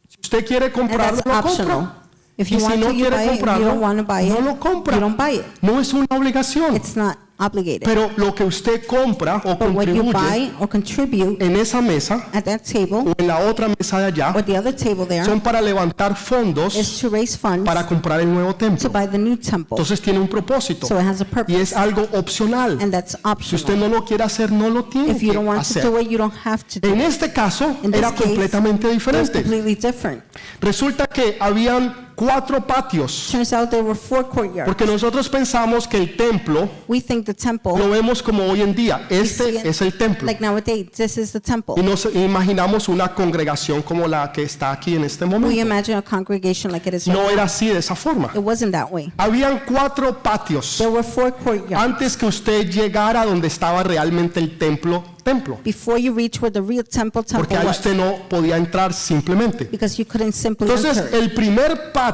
A: Si usted quiere
B: And
A: comprarlo,
B: that's
A: lo
B: optional.
A: compra.
B: If
A: Y
B: you
A: si
B: want
A: no
B: to, you buy
A: quiere
B: it. If you don't want to
A: comprarlo,
B: buy it,
A: no lo
B: you
A: compra.
B: don't buy it.
A: No es una obligación.
B: It's not obligated.
A: Pero lo que usted compra o
B: But what you
A: contribuye Eh,
B: buy or contribute
A: en esa mesa
B: at that table
A: o en la otra mesa de allá
B: or the other table there
A: son para levantar fondos
B: is to raise funds
A: para comprar el nuevo
B: to
A: templo.
B: buy the new temple.
A: Entonces tiene un propósito
B: So it has a
A: y es
B: purpose
A: algo opcional.
B: and that's
A: Si usted
B: optional.
A: no lo quiere hacer, no lo tiene
B: If you
A: que
B: don't want to do
A: hacer.
B: it, you don't have to do it.
A: En este caso
B: In this
A: era
B: case,
A: completamente
B: It's
A: diferente.
B: completely different.
A: Resulta que habían cuatro patios,
B: Turns out there were four courtyards.
A: porque nosotros pensamos que el templo
B: We think the temple,
A: lo vemos como hoy en día.
B: see it
A: Este es el templo.
B: like nowadays, this is the
A: Y
B: temple.
A: nos imaginamos una congregación como la que está aquí en este
B: We
A: momento.
B: imagine a congregation like it is right
A: No era así de esa forma.
B: It wasn't that way.
A: Habían cuatro patios
B: There were four courtyards.
A: antes que usted llegara a donde estaba realmente el templo, templo.
B: Before you reach where the real temple
A: Porque
B: temple
A: ahí
B: was,
A: usted no podía entrar simplemente.
B: because you couldn't simply
A: Entonces,
B: enter.
A: el primer patio,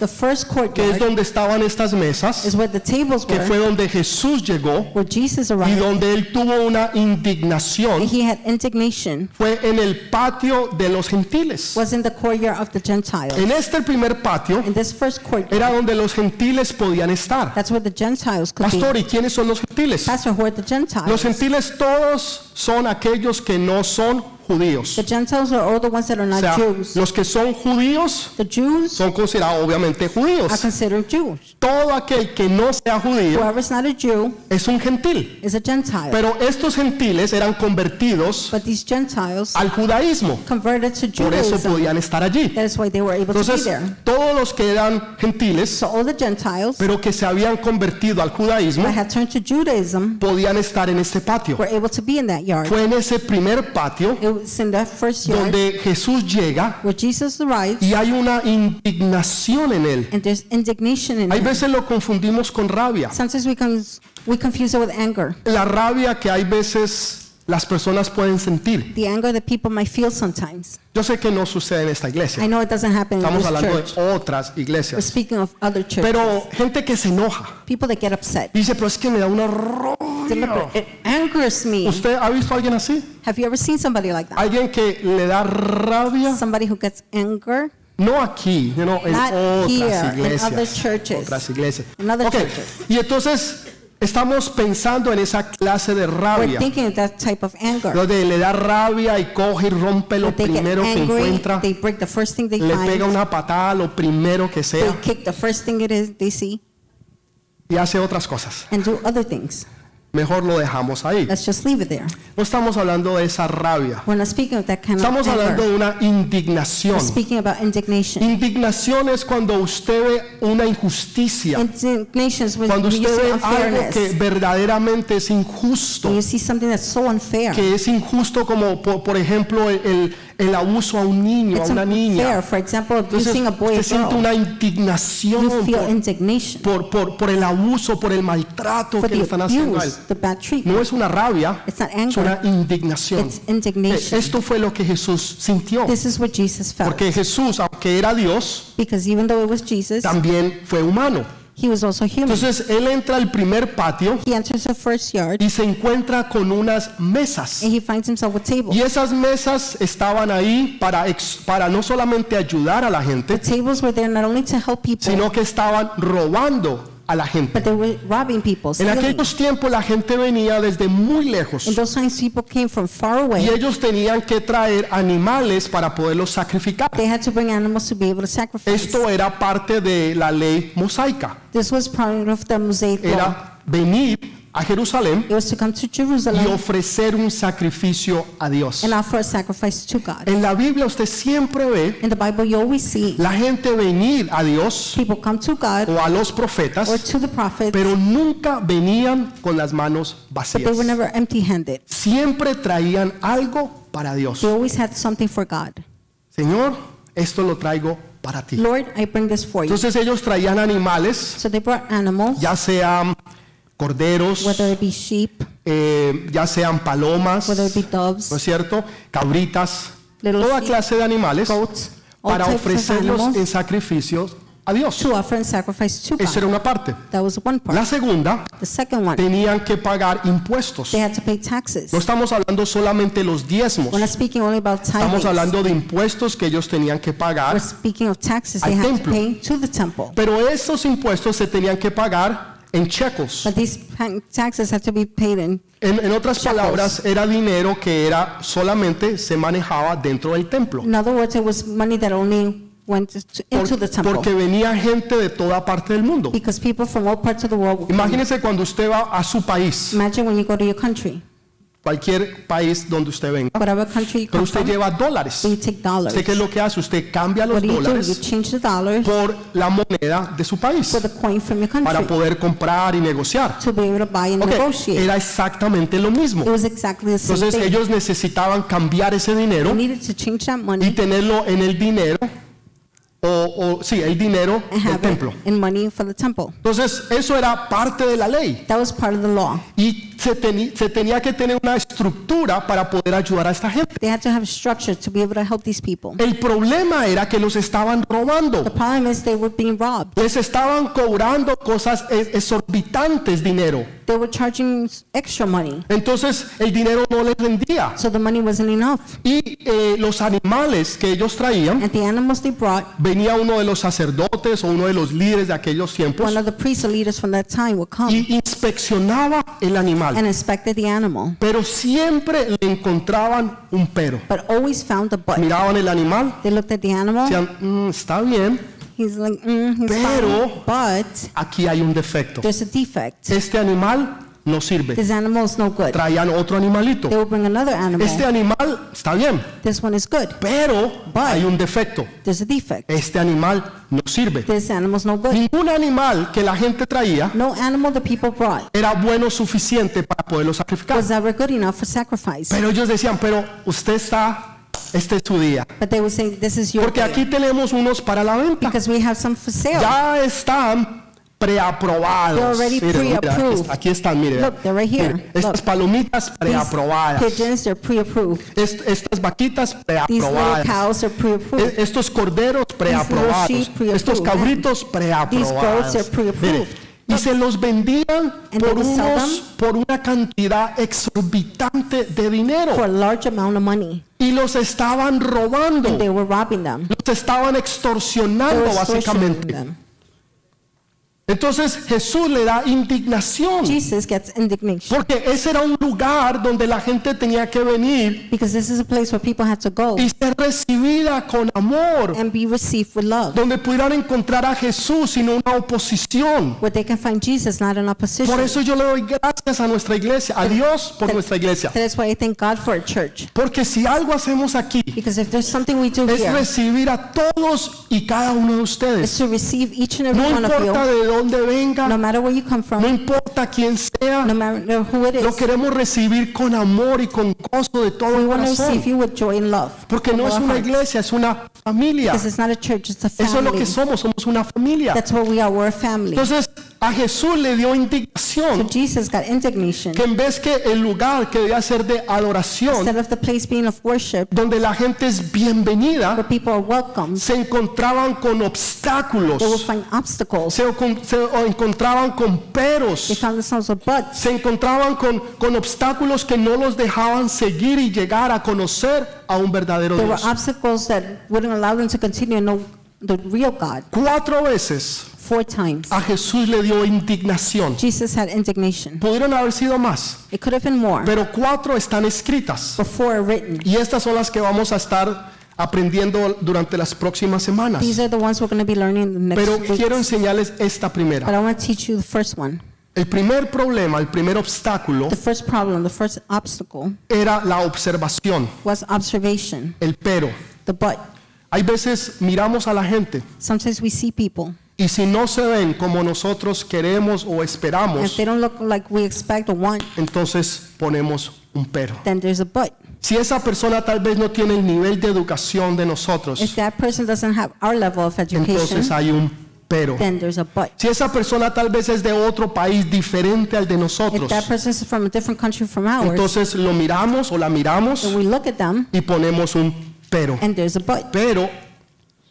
B: The first
A: que es
B: courtyard
A: donde estaban estas mesas,
B: is where the tables
A: que fue
B: were,
A: donde Jesús llegó,
B: where Jesus
A: y
B: arrived.
A: donde él tuvo una indignación
B: He had indignation.
A: fue en el patio de los gentiles.
B: Was in the courtyard of the Gentiles.
A: En este primer patio
B: In this first courtyard,
A: era donde los gentiles podían estar.
B: that's where the Gentiles could be.
A: Pastor, ¿y quiénes son los gentiles?
B: Pastor, who are the
A: Los
B: Gentiles?
A: gentiles todos son aquellos que no son judíos.
B: The Gentiles are all the ones that are
A: O
B: not
A: sea,
B: Jews.
A: los que son judíos
B: The Jews
A: son considerados obviamente
B: are
A: judíos.
B: considered Jews.
A: Todo aquel que no sea judío
B: Whoever's not a Jew
A: es un gentil.
B: is a Gentile.
A: Pero estos gentiles eran convertidos
B: But these Gentiles
A: al judaísmo.
B: converted to
A: Por eso
B: Judaism.
A: podían estar allí.
B: That is why they were able to be
A: Entonces,
B: there.
A: todos los que eran gentiles,
B: So all the Gentiles
A: pero que se habían convertido al judaísmo,
B: that had turned to Judaism
A: podían estar en este patio.
B: were able to be in that yard.
A: Fue en ese primer patio
B: It was in that first yard
A: donde Jesús llega
B: where Jesus arrives
A: y hay una indignación en él.
B: and there's indignation in
A: Hay
B: it.
A: veces lo confundimos con rabia.
B: Sometimes we, con- we confuse it with anger.
A: La rabia que hay veces las personas pueden sentir.
B: The anger that people might feel sometimes.
A: Yo sé que no sucede en esta
B: I
A: iglesia.
B: know it doesn't happen in
A: Estamos
B: this
A: hablando
B: church.
A: de otras
B: We're
A: iglesias.
B: speaking of other churches.
A: Pero gente que se enoja.
B: people that get upset.
A: Dice, pero es que me da un rollo.
B: Deliberate. It angers me.
A: ¿Usted ha visto a alguien así?
B: Have you ever seen somebody like that?
A: Alguien que le da rabia,
B: Somebody who gets anger?
A: no aquí, no en
B: Not
A: otras
B: here, in
A: iglesias.
B: other churches.
A: Otras iglesias.
B: In other
A: Ok,
B: churches.
A: Y entonces estamos pensando en esa clase de
B: We're
A: rabia,
B: thinking of that type of anger.
A: donde le da rabia y coge y rompe
B: When
A: lo
B: they get
A: primero que
B: angry,
A: encuentra,
B: they break the first thing they
A: le pega
B: find.
A: una patada a lo primero que
B: They
A: sea
B: kick the first thing it is they see
A: y hace otras cosas.
B: and do other things.
A: mejor lo dejamos ahí.
B: Let's just leave it there.
A: No estamos hablando de esa rabia.
B: We're not speaking of that kind
A: Estamos
B: of anger.
A: hablando de una indignación.
B: We're speaking about indignation.
A: Indignación es cuando usted ve una injusticia,
B: Indignation is when
A: cuando
B: you
A: usted
B: see
A: ve algo
B: unfairness.
A: que verdaderamente es injusto,
B: when you see something that's so unfair.
A: que es injusto como por, por ejemplo el- el, el abuso a un niño, a
B: it's
A: una niña.
B: unfair. For example,
A: Entonces
B: abusing a
A: usted
B: boy or
A: siente
B: girl.
A: una indignación
B: You feel
A: por,
B: indignation
A: por, por- por el abuso, por el maltrato
B: for
A: que le
B: the
A: están haciendo a él.
B: abuse, the bad treatment.
A: No es una rabia,
B: It's not
A: es una
B: anger.
A: indignación.
B: It's
A: Eh,
B: indignation.
A: Esto fue lo que Jesús sintió.
B: This is what Jesus felt.
A: Porque Jesús, aunque era Dios,
B: Because even though it was Jesus,
A: también fue humano.
B: he was also human.
A: Entonces él entra al primer patio
B: He enters the first yard
A: y se encuentra con unas mesas.
B: and he finds himself with tables.
A: Y esas mesas estaban ahí para, ex- para no solamente ayudar a la gente,
B: Tables were there not only to help people,
A: sino que estaban robando a la gente.
B: but they were robbing people,
A: En
B: stealing.
A: aquellos tiempos la gente venía desde muy lejos
B: In those times, people came from far
A: y
B: away.
A: ellos tenían que traer animales para poderlos sacrificar.
B: They had to bring animals to be able to sacrifice.
A: Esto era parte de la ley mosaica.
B: This was part of the Mosaic law.
A: Era venir a Jerusalén
B: It was to come to
A: y
B: Jerusalem
A: ofrecer un sacrificio a Dios.
B: and offer a sacrifice to God.
A: En la Biblia usted siempre ve
B: In the Bible, you always see
A: la gente venir a Dios
B: people come to God
A: o a los
B: or
A: profetas,
B: to the prophet, but
A: pero nunca venían con las manos
B: they
A: vacías.
B: were never empty-handed.
A: Siempre traían algo para Dios.
B: They always had something for God.
A: Señor, esto lo traigo para ti.
B: Lord, I bring this for you.
A: Entonces ellos traían animales,
B: So they brought animals,
A: ya sean corderos,
B: whether it be sheep,
A: eh, ya sean palomas,
B: whether it be
A: ¿no
B: doves,
A: es cierto? Cabritas,
B: Little
A: toda
B: sheep,
A: clase de animales
B: goats, all
A: para
B: types of
A: ofrecerlos en
B: animals
A: sacrificios a Dios.
B: to offer and sacrifice to
A: Esa
B: God.
A: era una parte.
B: That was one
A: La
B: part.
A: segunda,
B: The second one,
A: tenían que pagar impuestos.
B: they had to pay taxes.
A: No estamos hablando solamente de los diezmos,
B: We're not speaking only about
A: estamos
B: tithings.
A: hablando de impuestos que ellos tenían que
B: We're
A: pagar,
B: speaking of taxes
A: al
B: they had to
A: templo.
B: pay to the temple.
A: pero esos impuestos se tenían que pagar en checos.
B: But these pa- taxes had to be paid in.
A: En, en otras
B: Pues Checos.
A: palabras, era dinero que era solamente se manejaba dentro del templo.
B: In other words, it was money that only went to- into
A: Por-
B: the temple.
A: porque venía gente de toda parte del mundo.
B: Because people from all parts of the world. would come.
A: Imagínese cuando usted va a su país,
B: Imagine when you go to your country,
A: cualquier país donde usted venga,
B: whatever country you
A: pero
B: come
A: usted
B: from,
A: lleva dólares.
B: you take dollars.
A: ¿Usted qué es lo que hace? Usted cambia
B: What
A: los
B: do you do? You
A: dólares
B: change the dollar
A: por la moneda de su país
B: for the coin from your
A: para
B: country
A: poder comprar y negociar.
B: to be able to buy and
A: Ok,
B: negotiate.
A: era exactamente lo mismo.
B: It was exactly the same
A: Entonces
B: thing.
A: ellos necesitaban cambiar ese
B: They
A: dinero
B: needed to change that
A: y
B: money
A: tenerlo en el dinero, o, o sí, el dinero
B: and
A: del
B: have
A: templo.
B: it in money for the temple.
A: Entonces eso era parte de la ley.
B: That was part of the law.
A: Y se, teni- se tenía que tener una estructura para poder ayudar a esta gente.
B: They had to have structure to be able to help these people.
A: El problema era que los estaban
B: The
A: robando.
B: problem is they were being robbed.
A: Les estaban cobrando cosas e- exorbitantes dinero.
B: They were charging s- extra money,
A: Entonces el dinero no les rendía.
B: so the money wasn't enough.
A: Y eh, los animales que ellos traían,
B: And the animals they brought,
A: venía uno de los sacerdotes o uno de los líderes de aquellos tiempos
B: one of the priests or leaders from that time would come
A: y inspeccionaba el
B: and
A: animal.
B: inspected the animal,
A: Pero siempre le encontraban un pero.
B: but always found the butt.
A: Miraban el animal,
B: They looked at the animal.
A: decían, "Mm, está bien,
B: He's like, mm, he's
A: Pero-
B: fine, but
A: aquí hay un defecto.
B: there's a defect.
A: Este animal no sirve.
B: This animal is no good.
A: Traían otro animalito.
B: They will bring another animal.
A: Este animal está bien,
B: This one is good.
A: pero hay un defecto.
B: There's a defect.
A: Este animal no sirve.
B: This animal's no good.
A: Ningún animal que la gente traía
B: No animal the people brought
A: era bueno suficiente para poderlo sacrificar.
B: was ever good enough for sacrifice.
A: Pero ellos decían, pero usted está, este es su día.
B: But they would say, this is your
A: Porque
B: day.
A: aquí tenemos unos para la venta.
B: Because we have some for sale.
A: Ya están preaprobados.
B: They're already
A: Miren, mira, aquí-
B: pre-approved.
A: aquí están, mire.
B: Look, they're right here.
A: Mire, Estas
B: Look.
A: palomitas
B: These
A: preaprobadas.
B: pigeons, they're pre-approved.
A: Est- estas vaquitas
B: These little
A: preaprobadas.
B: cows are
A: E-
B: pre-approved.
A: Estos corderos preaprobados,
B: sheep preapproved.
A: estos cabritos preaprobados.
B: goats are
A: Mire,
B: preapproved.
A: y se los vendían
B: And they
A: por,
B: would sell
A: unos, por una cantidad exorbitante de
B: For a
A: dinero.
B: large amount of money,
A: Y los estaban robando,
B: they were robbing them.
A: los estaban
B: They were
A: extorsionando
B: extortioning
A: básicamente.
B: them.
A: Entonces Jesús le da indignación.
B: Jesus gets indignation
A: Porque ese era un lugar donde la gente tenía que venir
B: because this is a place where people had to go
A: y ser recibida con amor.
B: and be received with love,
A: Donde pudieran encontrar a Jesús sin una oposición.
B: where they can find Jesus, not an
A: Por
B: opposition.
A: eso yo le doy gracias a nuestra iglesia, a Dios por nuestra iglesia.
B: That is why I thank God for a church.
A: Porque si algo hacemos aquí
B: Because if there's something we do
A: es
B: here,
A: recibir a todos y cada uno de
B: is
A: ustedes.
B: to receive each and every
A: No
B: one of you,
A: importa de dónde
B: no
A: venga,
B: matter where you come
A: no
B: from,
A: importa quién sea,
B: no matter who it
A: lo
B: is.
A: queremos recibir con amor y con gozo de todo
B: We
A: el
B: want to
A: corazón.
B: receive you with joy and love.
A: Porque no es una iglesia, es una familia.
B: Because it's not a church, it's a
A: Eso es lo
B: family.
A: que somos, somos una familia.
B: That's what we are, we're a family.
A: Entonces a Jesús le dio
B: So
A: indignación
B: Jesus got indignation.
A: que en vez que el lugar que debía ser de adoración,
B: Instead of the place being of worship,
A: donde la gente es
B: where
A: bienvenida,
B: people are welcome,
A: se encontraban con
B: they will
A: obstáculos,
B: find obstacles.
A: se, con- se encontraban con
B: They
A: peros,
B: found themselves with buts.
A: se encontraban con, con obstáculos que no los dejaban seguir y llegar a conocer a un verdadero
B: There were
A: Dios.
B: obstacles that wouldn't allow them to continue and know the real God.
A: Cuatro veces
B: Four times,
A: a Jesús le dio indignación.
B: Jesus had indignation.
A: Pudieron haber sido más,
B: It could have been more,
A: pero cuatro están escritas.
B: but four are written.
A: Y estas son las que vamos a estar aprendiendo durante las próximas semanas.
B: These are the ones we're going to be learning in the next
A: Pero
B: weeks.
A: quiero enseñarles esta
B: But
A: primera.
B: I want to teach you the first one.
A: El primer problema, el primer obstáculo
B: The first problem, the first obstacle
A: era la observación,
B: was observation,
A: el pero.
B: the but.
A: Hay veces miramos a la gente
B: Sometimes we see people,
A: y si no se ven como nosotros queremos o
B: and if
A: esperamos,
B: they don't look like we expect or want,
A: entonces ponemos un pero.
B: then there's a but.
A: Si esa persona tal vez no tiene el nivel de educación de
B: If
A: nosotros,
B: that person doesn't have our level of education,
A: entonces hay un pero.
B: then there's a but.
A: Si esa persona tal vez es de otro país diferente al de
B: If
A: nosotros,
B: that person is from a different country from ours,
A: entonces lo miramos o la miramos
B: then we look at them
A: y ponemos un pero.
B: and there's a but.
A: Pero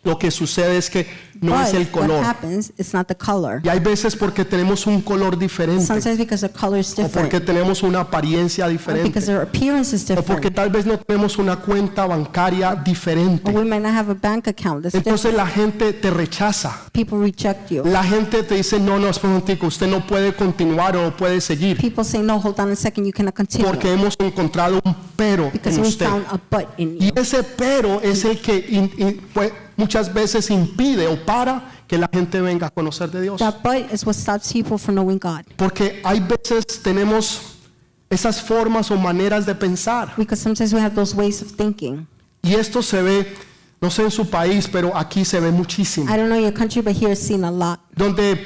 A: lo que sucede es que no
B: but
A: es el
B: what
A: color.
B: happens, it's not the color.
A: Y hay veces porque tenemos un color diferente
B: Sometimes because the color is
A: o
B: different,
A: porque tenemos una apariencia
B: or because
A: diferente
B: their appearance is
A: o
B: different,
A: porque tal vez no tenemos una cuenta bancaria
B: or
A: diferente.
B: we might not have a bank account. That's Oh, different.
A: Entonces la gente te rechaza.
B: People reject you.
A: La gente te dice, no, no, espera un momentico, usted no puede continuar o no puede seguir
B: People say, no, hold on a second, you cannot continue.
A: porque hemos encontrado un pero
B: because
A: en
B: we
A: usted.
B: found a but in you.
A: Y ese pero es el que in- in- pues, muchas veces impide o para que la gente venga a conocer de Dios.
B: That but is what stops people from knowing God.
A: Porque hay veces tenemos esas formas o maneras de pensar.
B: Because sometimes we have those ways of thinking.
A: Y esto se ve, no sé en su país, pero aquí se ve muchísimo.
B: I don't know your country, but here it's seen a lot.
A: Donde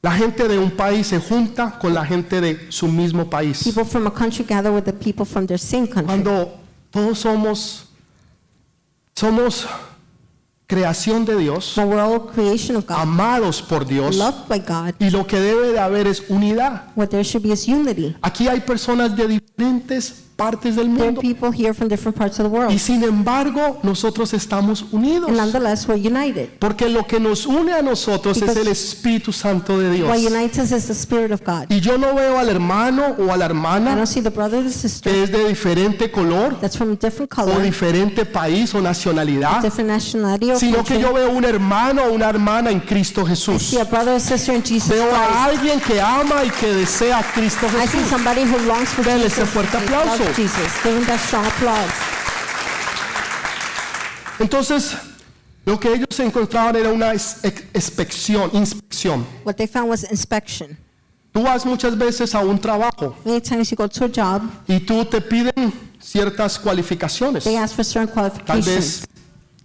A: la gente de un país se junta con la gente de su mismo país.
B: People from a country gather with the people from their same country.
A: Cuando todos somos, somos creación de Dios,
B: The world creation of God,
A: amados por Dios.
B: loved by God.
A: Y lo que debe de haber es unidad.
B: What there should be is unity.
A: Aquí hay personas de diferentes partes del
B: There are
A: mundo.
B: people here from different parts of the world.
A: Y sin embargo, nosotros estamos unidos.
B: And nonetheless, we're united.
A: Porque lo que nos une a nosotros es
B: Because-
A: el Espíritu Santo de
B: What
A: Dios.
B: unites us is the Spirit of God.
A: Y yo no veo al hermano o a la
B: I
A: hermana
B: don't see the brother or the sister
A: que es de diferente color
B: that's from a different
A: o
B: color,
A: diferente país o nacionalidad,
B: different nationality or
A: sino que
B: country.
A: yo veo un hermano o una hermana en Cristo
B: I
A: Jesús.
B: see a brother or sister in Jesus
A: Veo a
B: Christ.
A: alguien que ama y que desea a Cristo
B: I see
A: Jesús.
B: somebody who longs for
A: Denle ese
B: Jesus.
A: fuerte
B: and
A: aplauso.
B: loves Jesus. Give him that strong applause.
A: Entonces, lo que ellos encontraban era una ex- ex- inspección, inspección.
B: What they found was inspection.
A: Tú vas muchas veces a un trabajo
B: Many times you go to a job,
A: y tú te piden ciertas cualificaciones.
B: they ask for certain
A: Tal
B: qualifications.
A: vez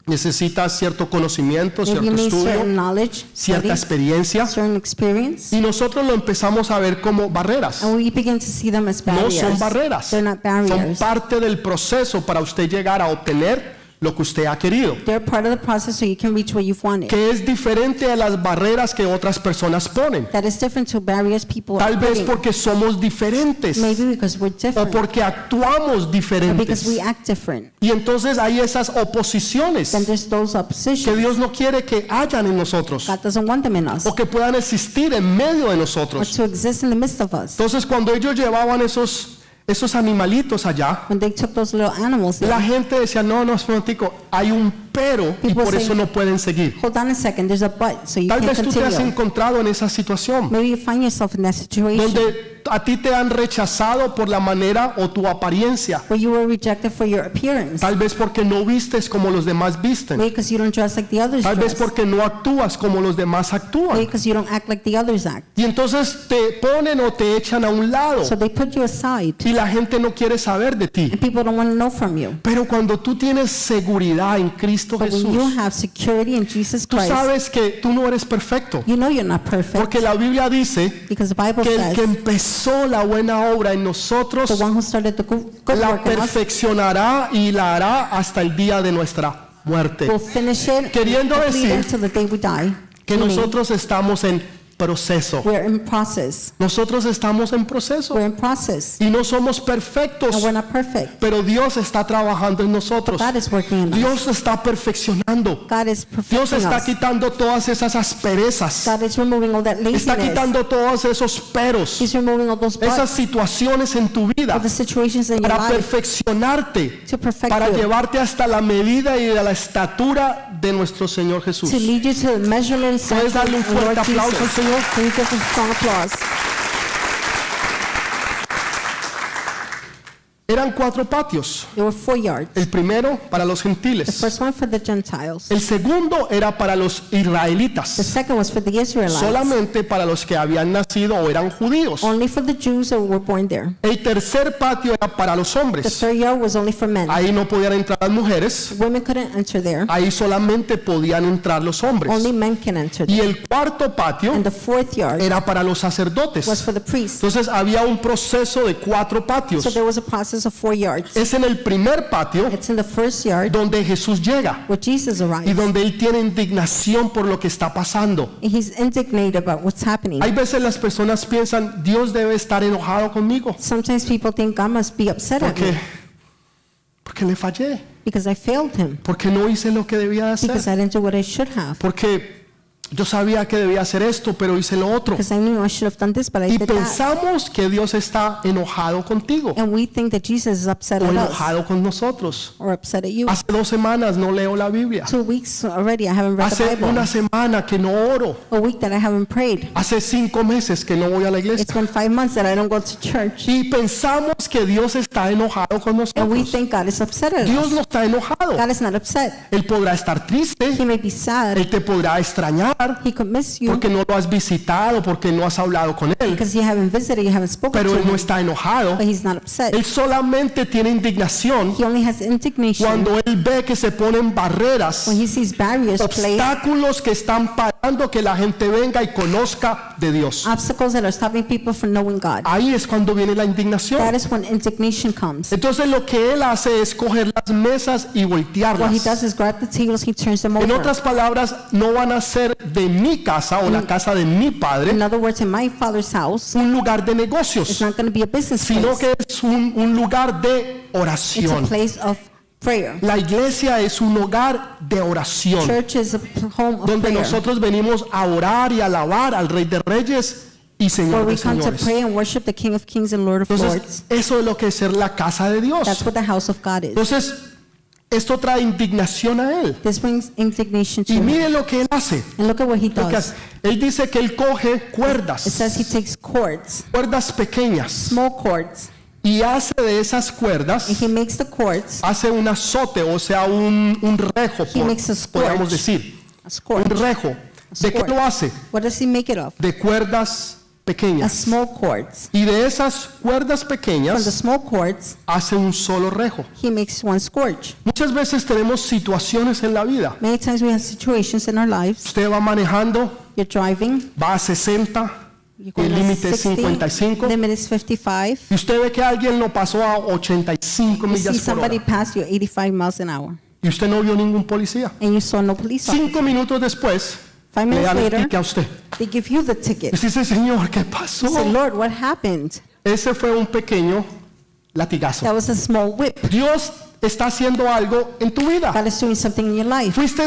A: necesitas cierto conocimiento,
B: Maybe you
A: cierto
B: need certain
A: estudio,
B: knowledge,
A: cierta
B: studies,
A: experiencia.
B: certain experience,
A: Y nosotros lo empezamos a ver como barreras.
B: and we begin to see them as
A: No
B: barriers.
A: son barreras.
B: They're not
A: Son
B: barriers.
A: parte del proceso para usted llegar a obtener lo que usted ha querido.
B: They're part of the process so you can reach what you've wanted.
A: Que es diferente a las barreras que otras personas ponen.
B: That is different to barriers people are
A: Tal vez
B: putting.
A: porque somos diferentes.
B: Maybe because we're
A: o
B: different,
A: porque actuamos
B: or because we
A: diferentes.
B: act different.
A: Y entonces hay esas oposiciones
B: Then there's those
A: que
B: oppositions.
A: Dios no quiere que hayan en nosotros
B: God doesn't want them in us,
A: o que puedan existir en medio de
B: or
A: nosotros.
B: to exist in the midst of us.
A: Entonces cuando ellos llevaban esos, esos animalitos allá,
B: When they took those little animals, in,
A: la gente decía, no, no, es momentico, hay un pero y
B: People
A: por
B: say-
A: eso no pueden seguir.
B: Hold on a second, there's a but, so you
A: Tal
B: can't
A: vez tú te has
B: continue.
A: encontrado en esa situación
B: Maybe you find yourself in that situation
A: donde a ti te han rechazado por la manera o tu apariencia,
B: where you were rejected for your appearance.
A: tal vez porque no vistes como los demás visten,
B: Maybe because you don't dress like the others
A: tal vez
B: dress.
A: porque no actúas como los demás
B: Maybe
A: actúan.
B: because you don't act like the others act.
A: Y entonces te ponen o te echan a un lado
B: So they put you aside,
A: y la gente no quiere saber de ti.
B: and people don't want to know from you.
A: Pero cuando tú tienes seguridad en Cristo
B: But when you
A: Oh, Jesús,
B: have security in Jesus
A: tú
B: Christ,
A: sabes que tú no eres perfecto,
B: you know you're not perfect
A: porque la Biblia dice
B: because the Bible
A: que el que
B: says
A: empezó la buena obra en nosotros
B: the one who started the good, good
A: la
B: work in us
A: perfeccionará y la hará hasta el día de nuestra muerte.
B: will finish it and
A: Queriendo
B: complete
A: decir
B: it until the day we die.
A: Que
B: Meaning,
A: nosotros estamos en proceso.
B: we're in process.
A: Nosotros estamos en proceso
B: We're in process,
A: y no somos perfectos,
B: and we're not perfect.
A: pero Dios está trabajando en nosotros.
B: God is working in us.
A: Dios está perfeccionando.
B: God is
A: Dios
B: perfecting
A: está
B: us.
A: quitando todas esas asperezas.
B: God is removing all that
A: Está
B: laziness.
A: quitando todos esos peros,
B: He's removing all those
A: esas
B: buts,
A: situaciones en tu vida
B: all the situations in your
A: para
B: life
A: perfeccionarte.
B: to perfect
A: para
B: you,
A: llevarte hasta la medida y a la estatura de nuestro Señor Jesús.
B: to lead you to the measurements of
A: ¿Puedes darle un
B: the Lord
A: fuerte aplauso al
B: Jesus.
A: Señor?
B: Can you give him strong applause?
A: Eran cuatro patios.
B: There were four yards.
A: El primero para los
B: The
A: gentiles.
B: first one for the Gentiles.
A: El segundo era para los
B: The
A: israelitas.
B: second was for the Israelites.
A: Solamente para los que habían nacido o eran judíos.
B: Only for the Jews that were born there.
A: El tercer patio era para los
B: The
A: hombres.
B: third yard was only for men.
A: Ahí no podían entrar las mujeres.
B: Women couldn't enter there.
A: Ahí solamente podían entrar los hombres.
B: Only men can enter there.
A: Y el cuarto patio
B: And the fourth yard
A: era para los
B: was
A: sacerdotes.
B: for the priests.
A: Entonces había un proceso de cuatro
B: So
A: patios.
B: there was a process of four yards.
A: Es en el primer patio
B: It's in the first yard
A: donde Jesús llega
B: where Jesus
A: y
B: arrives.
A: donde él tiene indignación por lo que está pasando.
B: And He's indignant about what's happening.
A: Hay veces las personas piensan, Dios debe estar enojado conmigo
B: Sometimes people think God must be upset at
A: porque,
B: me
A: porque le fallé,
B: because I failed him,
A: porque no hice lo que debía de
B: because
A: hacer,
B: I didn't do what I should have,
A: porque yo sabía que debía hacer esto, pero hice lo otro.
B: because I knew I should have done this, but I
A: Y
B: did that.
A: pensamos que Dios está enojado contigo
B: And we think that Jesus is upset
A: o
B: at us
A: enojado con nosotros.
B: or upset at you.
A: Hace dos semanas no leo la Biblia.
B: Two weeks already, I haven't read
A: Hace
B: the
A: una
B: Bible.
A: semana que no oro.
B: A week that I haven't prayed.
A: Hace cinco meses que no voy a la iglesia.
B: It's been five months that I don't go to church.
A: Y pensamos que Dios está enojado con
B: And we
A: nosotros.
B: think God is upset at
A: Dios
B: us.
A: no está enojado.
B: God is not upset.
A: Él podrá estar
B: He
A: triste,
B: may be sad.
A: Él te podrá extrañar
B: He could miss you
A: porque no lo has visitado, porque no has hablado con Él,
B: because you haven't visited, you haven't spoken
A: pero
B: to
A: Él no
B: him.
A: está enojado.
B: But he's not upset.
A: Él solamente tiene indignación
B: He only has indignation
A: cuando Él ve que se ponen barreras,
B: when he sees barriers placed,
A: obstáculos que están parando que la gente venga y conozca de Dios.
B: obstacles that are stopping people from knowing God.
A: Ahí es cuando viene la
B: That
A: indignación.
B: is when indignation comes.
A: Entonces lo que Él hace es coger las mesas y
B: What he
A: voltearlas.
B: does is grab the tables, he turns them
A: En
B: over.
A: otras palabras, no van a ser de mi casa o
B: Mm.
A: la casa de mi
B: In
A: padre
B: other words, in my father's house,
A: un lugar de
B: it's
A: negocios,
B: not going to be a business
A: sino
B: place.
A: que es un, un lugar de
B: It's a
A: oración.
B: place of prayer.
A: La iglesia es un hogar de oración,
B: Church is a p- home of
A: donde
B: prayer.
A: nosotros venimos a orar y alabar al Rey de Reyes y
B: Where
A: Señor
B: we
A: de
B: come to
A: Señores.
B: pray and worship the King of Kings and Lord of Lords.
A: Entonces, eso es lo que es ser la casa de
B: That's
A: Dios.
B: what the house of God is.
A: Entonces, esto trae indignación a Él.
B: This brings indignation to
A: Y
B: him.
A: mire lo que Él hace.
B: And look at what he
A: Lo que
B: does.
A: hace. Él dice que Él coge
B: It says
A: cuerdas,
B: he takes cords,
A: cuerdas pequeñas.
B: small cords,
A: y hace de esas cuerdas
B: and he makes the cords
A: hace un azote o sea un, un rejo
B: He
A: por-
B: makes a scorch.
A: podríamos decir
B: a
A: un
B: scourge.
A: rejo de qué
B: scorch.
A: lo hace
B: What does he make it of?
A: de cuerdas
B: A
A: pequeñas
B: small cords.
A: y de esas cuerdas
B: From the
A: pequeñas
B: small cords,
A: hace un solo rejo
B: he makes one scourge.
A: muchas veces tenemos situaciones en la vida
B: Many times we have situations in our lives.
A: usted va manejando
B: You're driving,
A: va a 60 y
B: you're
A: el
B: going at
A: límite es
B: 60,
A: 55
B: limit is 55.
A: y usted ve que alguien lo pasó a 85
B: You see
A: millas por
B: somebody
A: hora
B: pass you 85 miles an hour,
A: y usted no vio ningún policía
B: and you saw no police officer.
A: cinco minutos después
B: Five
A: le
B: minutes
A: dan el
B: later,
A: pique a usted
B: they give you the
A: Y
B: ticket.
A: usted dice, Señor, ¿qué
B: You say,
A: pasó?
B: Lord, what happened?
A: Ese fue un pequeño
B: That
A: latigazo.
B: was a small whip.
A: Dios está haciendo algo en tu vida.
B: God is doing something in your life.
A: Fuiste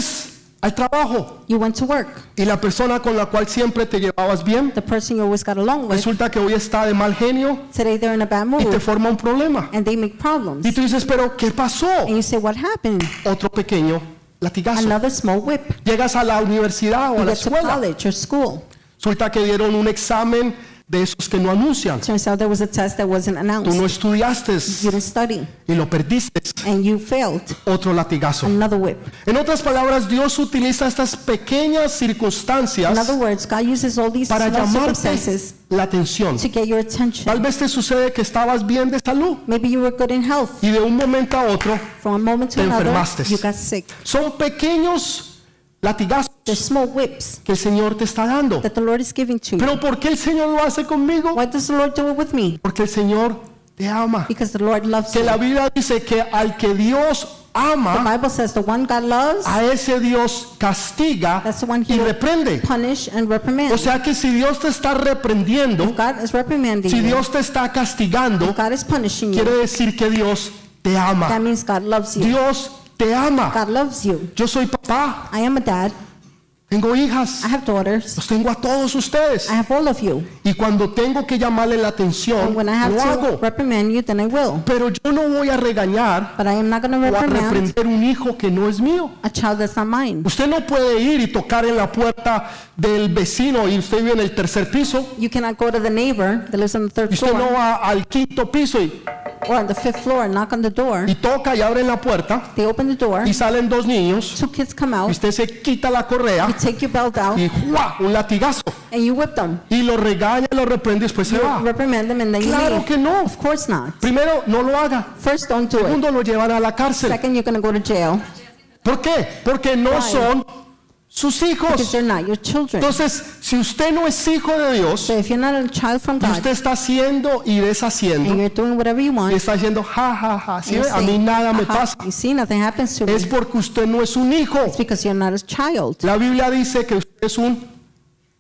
A: al trabajo
B: You went to work.
A: y la persona con la cual siempre te llevabas bien,
B: The person you always got along with,
A: resulta que hoy está de mal genio
B: today they're in a bad
A: y te
B: mood
A: forma un problema.
B: and they make problems.
A: Y tú dices, pero ¿qué pasó?
B: And you say, What happened?
A: Otro pequeño latigazo.
B: another small whip.
A: Llegas a la universidad o a
B: You
A: la
B: get to
A: escuela.
B: college or school.
A: Resulta que dieron un examen de esos que no anuncian.
B: Turns out there was a test that wasn't
A: Tú no
B: announced.
A: estudiaste
B: You didn't study
A: y lo perdiste.
B: and you failed.
A: Otro latigazo.
B: Another whip.
A: En otras palabras, Dios utiliza estas pequeñas
B: In other
A: circunstancias
B: words, God uses all these
A: para
B: small
A: llamarte
B: circumstances
A: la atención.
B: to get your attention.
A: Tal vez te sucede que estabas bien de salud
B: Maybe you were good in health.
A: y de un momento a otro
B: From a moment to
A: Te
B: another,
A: enfermaste.
B: you got sick.
A: son pequeños latigazos
B: There's small whips
A: que el Señor te está dando.
B: that the Lord is giving to you.
A: Pero ¿por qué el Señor lo hace conmigo?
B: Why does the Lord do it with me?
A: Porque el Señor te ama.
B: Because the Lord loves
A: Que
B: me.
A: la
B: The
A: Biblia dice que al que Dios ama,
B: Bible says the one God loves,
A: a ese Dios castiga
B: That's the one
A: y
B: he-
A: reprende.
B: punish and reprimand.
A: O sea que si Dios te está reprendiendo,
B: If God is reprimanding
A: si
B: you,
A: Dios te está castigando,
B: if God is punishing
A: quiere
B: you,
A: decir que Dios te
B: that
A: ama.
B: means God loves you.
A: Dios te ama.
B: God loves you.
A: Yo soy papá,
B: I am a dad.
A: tengo hijas,
B: I have daughters.
A: los tengo a todos ustedes.
B: I have all of you.
A: Y cuando tengo que llamarle la
B: And
A: atención,
B: when I have
A: lo
B: to
A: hago.
B: reprimand you, then I will.
A: Pero yo no voy a regañar
B: But I am not going to
A: o a
B: reprimand
A: reprender un hijo que no es mío.
B: a child that's not mine.
A: Usted no puede ir y tocar en la puerta del vecino y usted vive en el tercer piso.
B: You cannot go to the neighbor that lives on the
A: Y
B: third
A: usted no
B: floor
A: va al quinto piso y,
B: or on the fifth floor and knock on the door.
A: y toca y abre la puerta
B: They open the door.
A: y salen dos niños.
B: Two kids come
A: Y
B: out.
A: usted se quita la
B: You
A: correa
B: take your belt out
A: y ¡juá! un latigazo.
B: and you whip them.
A: Y lo regaña, lo reprende y después se
B: You
A: va.
B: reprimand them and then you
A: Claro
B: leave.
A: que no.
B: Of course not.
A: Primero, no lo haga.
B: First, don't do it.
A: Segundo, lo llevan a la cárcel.
B: Second, you're going to go to jail
A: ¿Por qué? Porque no
B: Why?
A: son sus
B: because
A: hijos.
B: they're not your children.
A: Entonces, si usted no es hijo de Dios,
B: So if you're not a child from
A: y
B: God
A: usted está haciendo y
B: and
A: deshaciendo,
B: you're doing whatever you
A: y
B: want,
A: está diciendo, ja, ja, ja, ¿sí
B: you're
A: ve? a mí
B: saying,
A: nada me
B: "Aha,
A: pasa.
B: You see, nothing happens to me.
A: Es
B: It's
A: porque usted no es un hijo.
B: because you're not a child.
A: La Biblia dice que usted es un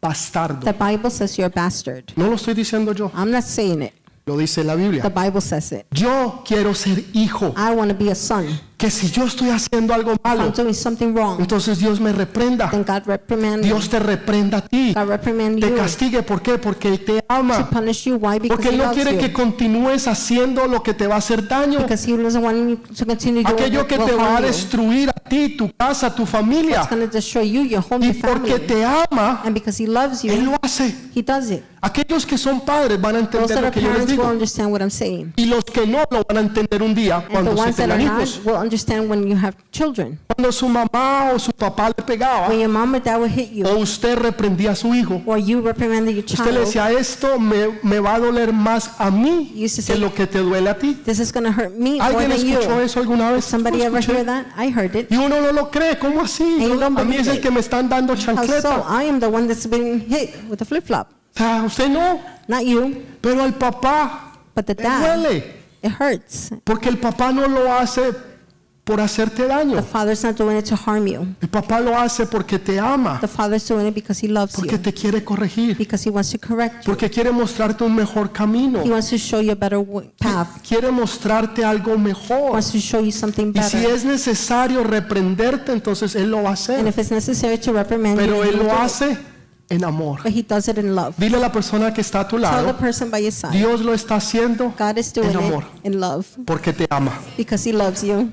A: bastardo.
B: The Bible says you're a bastard.
A: No lo estoy diciendo yo,
B: I'm not saying it.
A: lo dice la
B: The
A: Biblia.
B: Bible says it.
A: Yo quiero ser hijo,
B: I want to be a son. If
A: que si yo estoy haciendo algo malo,
B: I'm doing something wrong,
A: entonces Dios me reprenda.
B: then God reprimand me.
A: Dios te reprenda a ti,
B: God reprimand
A: te
B: you
A: castigue. ¿Por qué? Porque Él te
B: to
A: ama.
B: punish you. Why? Because
A: Porque
B: He
A: Él no
B: loves
A: quiere
B: you.
A: que continúes haciendo lo que te va a hacer daño.
B: Because he doesn't want you to continue doing
A: Aquello
B: what
A: que te
B: will
A: va a
B: harm you.
A: destruir a ti, tu casa, tu familia.
B: It's going to destroy you, your home,
A: Y
B: your
A: porque
B: family.
A: te ama,
B: And because he loves
A: Él
B: you,
A: lo hace.
B: he does it.
A: Aquellos que son padres van a
B: Those
A: entender
B: that
A: lo
B: are
A: que yo les
B: parents will
A: digo.
B: understand what I'm saying.
A: Y los que no lo van a entender un día
B: And the
A: cuando se
B: ones that are
A: tengan
B: not
A: hijos.
B: will understand when you have children.
A: Cuando su mamá o su papá le pegaba
B: When your mom or dad will hit
A: o
B: you,
A: usted reprendía a su hijo,
B: or you reprimanded your
A: Oh. usted le
B: child,
A: decía, esto me, me va a doler más a mí
B: Used to
A: que
B: say-
A: lo que te duele a ti.
B: this is going to hurt me more
A: ¿Alguien
B: than
A: escuchó
B: you.
A: eso alguna vez?
B: Somebody
A: Yo
B: ever
A: escuché.
B: hear that? I heard it.
A: Y uno no lo cree, ¿cómo así?
B: And you
A: Yo-
B: don't
A: a mí es
B: believe
A: el
B: it.
A: que me están dando
B: How so?
A: chancleta.
B: I am the one that's been hit with a flip flop,
A: O sea, usted no,
B: not you,
A: pero al papá
B: but the
A: le
B: dad.
A: duele.
B: It hurts.
A: Porque el papá no lo hace por hacerte daño.
B: The father's not doing it to harm you.
A: El papá lo hace porque te ama,
B: The Father's doing it because He loves
A: porque
B: you,
A: te quiere corregir,
B: because He wants to correct you.
A: porque quiere mostrarte un mejor camino,
B: He wants to show you a better w- path.
A: quiere mostrarte algo
B: He
A: mejor.
B: wants to show you something
A: Y si
B: better.
A: es necesario reprenderte, entonces Él lo va a
B: And
A: hacer.
B: if it's necessary to reprimand you,
A: Pero
B: he
A: Él
B: will
A: lo
B: do it.
A: hace en amor.
B: But He does it in love.
A: Dile a la persona que está a tu
B: Tell the
A: lado,
B: person by your side,
A: Dios lo está haciendo
B: God is doing
A: en amor.
B: it in love
A: porque te ama.
B: because He loves you.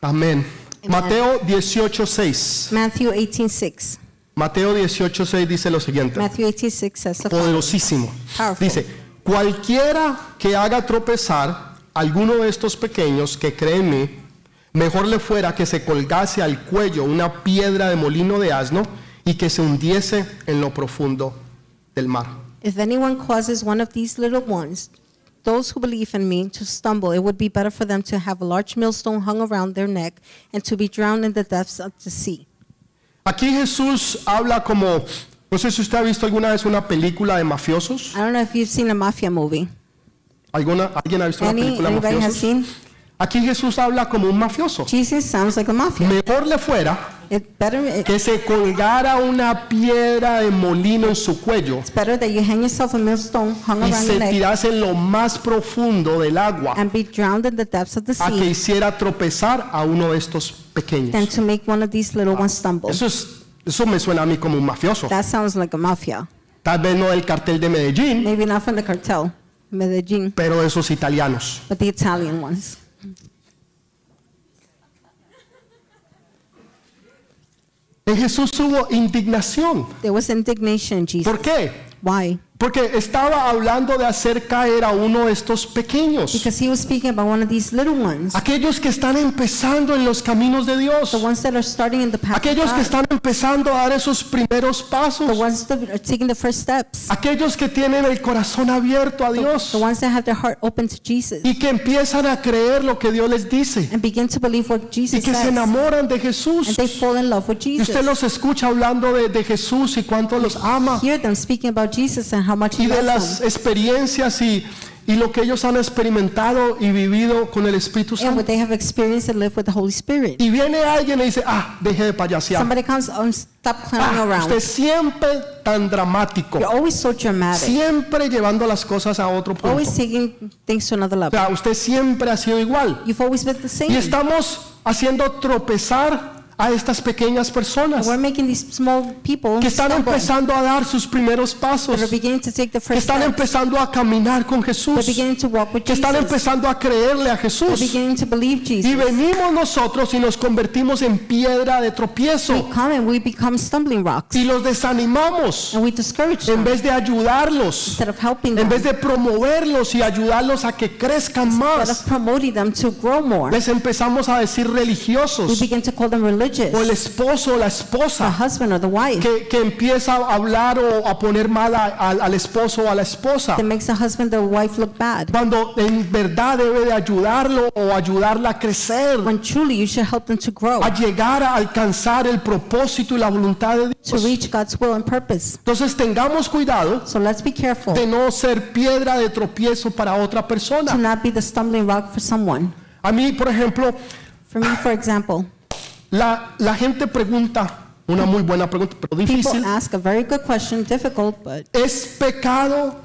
A: Amén. Mateo 18:6.
B: Matthew 18:6.
A: Mateo 18:6 dice lo siguiente.
B: Matthew 18:6 says, the following.
A: poderosísimo.
B: Powerful.
A: Dice, cualquiera que haga tropezar a alguno de estos pequeños que cree en mí, mejor le fuera que se colgase al cuello una piedra de molino de asno y que se hundiese en lo profundo del mar.
B: If anyone causes one of these little ones, those who believe in me, to stumble, it would be better for them to have a large millstone hung around their neck and to be drowned in the depths of the sea.
A: Aquí Jesús habla como, no sé si usted ha visto alguna vez una película de mafiosos.
B: I don't know if you've seen a mafia movie.
A: ¿Alguna, ¿Alguien ha visto una
B: Any,
A: película de
B: anybody has
A: mafiosos?
B: seen?
A: Aquí Jesús habla como un mafioso.
B: Jesus sounds like a mafia.
A: Mejor le fuera
B: It better, it-
A: que se colgara una piedra de molino en su cuello
B: it's better that you hang yourself a millstone hung
A: y
B: around
A: se
B: your neck
A: tirase en lo más profundo del agua
B: and be drowned in the depths of the
A: a que
B: sea
A: hiciera tropezar a uno de estos
B: than
A: pequeños.
B: to
A: Ah.
B: make one of these little ones stumble.
A: Eso, es, eso me suena a mí como un mafioso.
B: That sounds like a mafia.
A: Tal vez no del cartel de Medellín,
B: Maybe not from the cartel, Medellin,
A: pero de esos italianos.
B: but the Italian ones.
A: En Jesús hubo indignación.
B: There was indignation, Jesus.
A: ¿Por qué?
B: Why?
A: Porque estaba hablando de hacer caer a uno de estos pequeños.
B: Because he was speaking about one of these little ones,
A: Aquellos que están empezando en los caminos de Dios.
B: the ones that are starting in the path. of
A: Aquellos que
B: God,
A: están empezando a dar esos primeros
B: the
A: pasos.
B: ones that are taking the first steps,
A: Aquellos que tienen el corazón abierto a Dios
B: the ones that have their heart open to Jesus
A: y que empiezan a creer lo que Dios les dice
B: and begin to believe what
A: y
B: Jesus
A: que se
B: says, and
A: enamoran de Jesús.
B: they fall in love with
A: Y
B: Jesus.
A: usted los escucha hablando de, de Jesús y cuánto los ama
B: Hear them speaking about Jesus and how much
A: y
B: he
A: de
B: loves
A: las
B: them,
A: experiencias y, y lo que ellos han experimentado y vivido con el Espíritu
B: and what
A: Santo.
B: they have experienced and lived with the Holy Spirit.
A: Y viene alguien y dice, ah, deje de payasear.
B: Somebody comes and stop clowning
A: Ah, usted
B: around.
A: siempre tan dramático,
B: You're always so dramatic,
A: siempre llevando las cosas a otro punto.
B: always taking things to another
A: O
B: level.
A: sea, usted siempre ha sido igual.
B: You've always been the
A: Y
B: same.
A: estamos haciendo tropezar a estas pequeñas personas
B: We're making these small people
A: que están
B: stumble.
A: empezando a dar sus primeros pasos,
B: that are beginning to take the
A: que
B: first
A: están
B: steps.
A: empezando a caminar con
B: They're
A: Jesús,
B: beginning to walk with
A: que están
B: Jesus.
A: empezando a creerle a
B: They're
A: Jesús.
B: beginning to believe
A: Y
B: Jesus.
A: venimos nosotros y nos convertimos en piedra de
B: We
A: tropiezo
B: come and we become stumbling rocks.
A: y los desanimamos
B: And we discourage
A: en
B: them
A: vez de ayudarlos,
B: instead of helping
A: en
B: them.
A: vez de promoverlos y ayudarlos a que crezcan
B: Instead of
A: más.
B: promoting them to grow more,
A: Les empezamos a decir
B: we
A: religiosos
B: begin to call them
A: o el
B: religious.
A: esposo o la
B: The
A: esposa.
B: husband or the wife
A: que, que empieza a hablar o a poner mal a- al, al esposo o a la esposa,
B: that makes the husband or wife look bad.
A: cuando en verdad debe de ayudarlo o ayudarla a crecer,
B: When truly you should help them to grow,
A: a llegar a alcanzar el propósito y la voluntad de
B: to
A: Dios.
B: reach God's will and purpose.
A: Entonces tengamos cuidado
B: So let's be careful
A: de
B: to
A: no ser piedra de tropiezo para otra persona.
B: not be the stumbling rock for someone.
A: A mí, por ejemplo,
B: For me, for example,
A: la, la gente pregunta, una muy buena pregunta, pero
B: people
A: difícil,
B: ask a very good question, difficult, but
A: ¿es pecado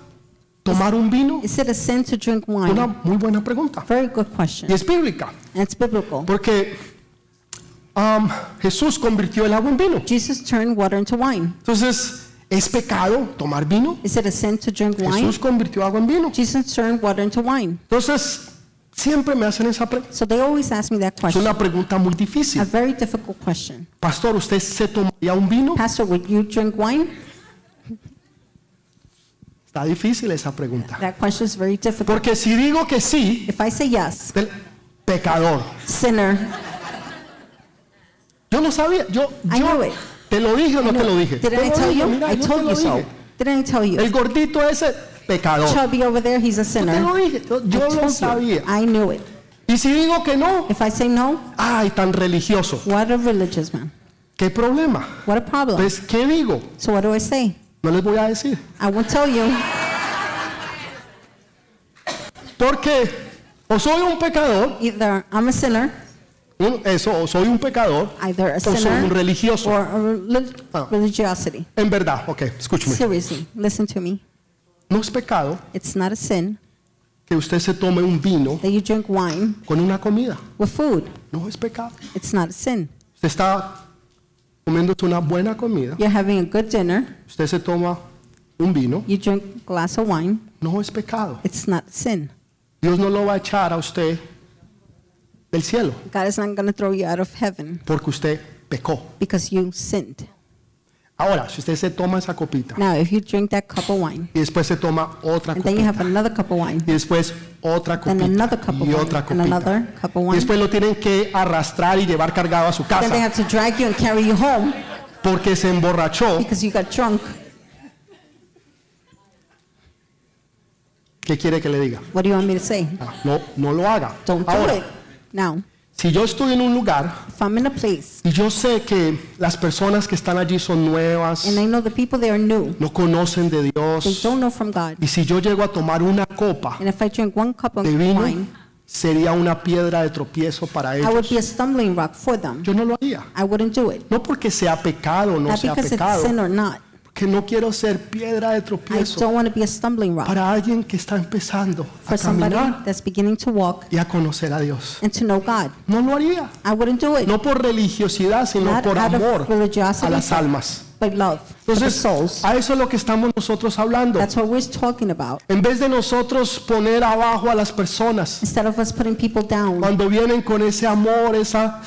A: tomar un vino?
B: Is it a sin to drink
A: Una
B: wine?
A: muy buena pregunta.
B: Very good
A: Y
B: question.
A: es bíblica.
B: And it's biblical.
A: Porque am, Jesús convirtió el agua en vino.
B: Jesus turned water into wine.
A: Entonces, ¿es pecado tomar vino?
B: Is it a sin to drink wine?
A: Jesús convirtió agua en vino.
B: Jesus turned water into wine.
A: Entonces, siempre me hacen esa pregunta.
B: So they always ask me that
A: Es
B: question.
A: una pregunta muy
B: A
A: difícil.
B: very difficult question.
A: Pastor, ¿usted se tomaría un vino?
B: Pastor, would you drink wine?
A: Está difícil esa pregunta.
B: That question is very difficult.
A: Porque si digo que sí,
B: If I say yes,
A: el pecador.
B: sinner,
A: Yo no sabía. Yo,
B: I
A: yo
B: know it.
A: te lo dije o no te lo dije. Te
B: didn't I
A: lo
B: tell
A: dije,
B: you?
A: mira,
B: I
A: yo te
B: told
A: lo
B: you so.
A: dije.
B: Didn't I tell you?
A: El gordito ese, pecador.
B: Chubby over there, he's a
A: Te lo
B: sinner.
A: dije. Yo,
B: I
A: yo lo
B: told you.
A: sabía.
B: I knew it.
A: Y si digo que no,
B: If I say no,
A: ay, tan religioso.
B: what a religious man.
A: ¿Qué problema?
B: What a problem.
A: Pues, ¿qué digo?
B: So what do I say?
A: No les voy a decir.
B: I won't tell you.
A: Porque o soy un pecador,
B: Either I'm a sinner,
A: un- eso, o soy un pecador,
B: either a
A: o soy un
B: sinner
A: religioso.
B: or a relig-
A: Ah.
B: religiosity.
A: En verdad, ok, escúcheme.
B: Seriously, listen to me.
A: No es pecado
B: It's not a sin
A: que usted se tome un vino
B: that you drink wine
A: con una comida.
B: with food.
A: No es pecado.
B: It's not a sin.
A: Usted está comiendo una buena comida,
B: You're having a good dinner,
A: usted se toma un vino,
B: you drink a glass of wine.
A: no es pecado.
B: It's not a sin.
A: Dios no lo va a echar a usted del cielo
B: God is not going to throw you out of heaven
A: porque usted pecó.
B: because you sinned.
A: Ahora, si usted se toma esa copita
B: Now, if you drink that cup of wine,
A: y después se toma otra
B: and then you
A: copita,
B: have another cup of wine,
A: y después otra
B: and another
A: copita
B: cup of
A: y
B: wine,
A: otra
B: and
A: copita.
B: another cup of
A: Y
B: wine,
A: después lo tienen que arrastrar y llevar cargado a su
B: then they
A: casa
B: have to drag you and carry you home
A: porque se emborrachó.
B: because you got drunk.
A: ¿Qué quiere que le diga?
B: What do you want me to say?
A: Ah, No, no lo haga.
B: Don't do
A: Ahora,
B: it. Now,
A: si yo estoy en un lugar
B: if I'm in a place
A: y yo sé que las personas que están allí son nuevas,
B: and I know the people there are new,
A: no conocen de
B: they
A: Dios,
B: don't know from God,
A: y si yo llego a tomar una copa
B: and if I drink one cup of
A: de vino,
B: wine,
A: sería una piedra de tropiezo para
B: I
A: ellos.
B: would be a stumbling rock for them.
A: Yo no lo haría.
B: I wouldn't do it.
A: No porque sea pecado o no
B: Not
A: sea
B: because it's
A: pecado,
B: sin or not.
A: porque no quiero ser piedra de
B: I
A: tropiezo.
B: don't want to be a stumbling rock
A: para alguien que está empezando a
B: for somebody
A: caminar
B: that's beginning to walk
A: y a conocer a Dios.
B: and to know God.
A: No lo haría,
B: I wouldn't do it.
A: no por religiosidad, sino
B: Not
A: por
B: out of
A: amor
B: religiosity,
A: a las
B: but
A: almas.
B: by love for the
A: Entonces,
B: souls.
A: a eso es lo que estamos nosotros hablando.
B: That's what we're talking about.
A: En vez de nosotros poner abajo a las personas
B: Instead of us putting people down,
A: cuando vienen con ese amor, esa,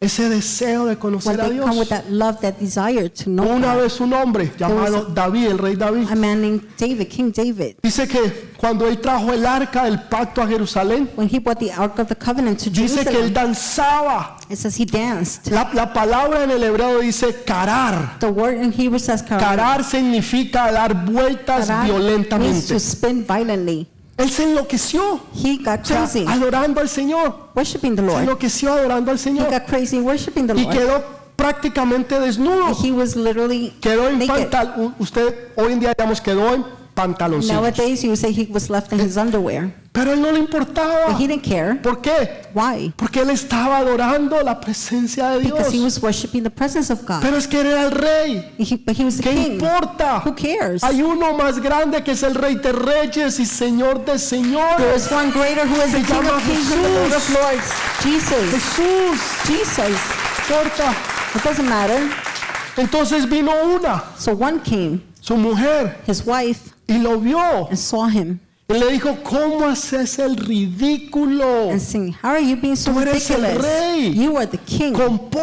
A: ese deseo de
B: when
A: conocer a
B: they
A: Dios.
B: come with that love, that desire to know
A: Una
B: God.
A: vez un hombre llamado David, el rey David,
B: a man named David, King David,
A: dice que cuando él trajo el arca del pacto a Jerusalén,
B: when he brought the Ark of the Covenant to
A: dice que él
B: Jerusalem,
A: danzaba.
B: it says he danced.
A: La, la palabra en el hebreo dice carar.
B: The word in Hebrew says karat.
A: Carar significa dar vueltas
B: Karat means
A: violentamente.
B: to spin violently.
A: Él se enloqueció.
B: He got
A: O sea,
B: crazy
A: adorando al Señor.
B: worshiping the
A: Se
B: Lord.
A: enloqueció adorando al
B: He
A: Señor.
B: got crazy worshiping the
A: Y
B: Lord.
A: quedó prácticamente
B: And
A: desnudo.
B: He was literally
A: Quedó en
B: naked.
A: pantal. u- Usted hoy en día, digamos, quedó en pantaloncillo.
B: Nowadays, you would say he was left in his underwear,
A: Pero a él no le importaba.
B: but he didn't care.
A: ¿Por qué?
B: Why?
A: Porque él estaba adorando la presencia de
B: Because he
A: Dios.
B: was worshiping the presence of God.
A: Pero es que él era el rey.
B: He- but he was the
A: ¿Qué
B: king.
A: importa?
B: Who cares?
A: Hay uno más grande que es el rey de reyes y señor de
B: There
A: señores.
B: is one greater who is
A: Se
B: the King
A: llama
B: of Kings and the Lord of
A: Jesús.
B: Lords. Jesus.
A: Jesús.
B: Jesus.
A: Importa.
B: It doesn't matter.
A: Entonces vino una,
B: So one came,
A: su mujer,
B: his wife,
A: y lo vio.
B: and saw him
A: Y le dijo, ¿cómo haces el ridículo?
B: and saying, How are you being so
A: Tú eres el
B: ridiculous?
A: rey.
B: You are the king.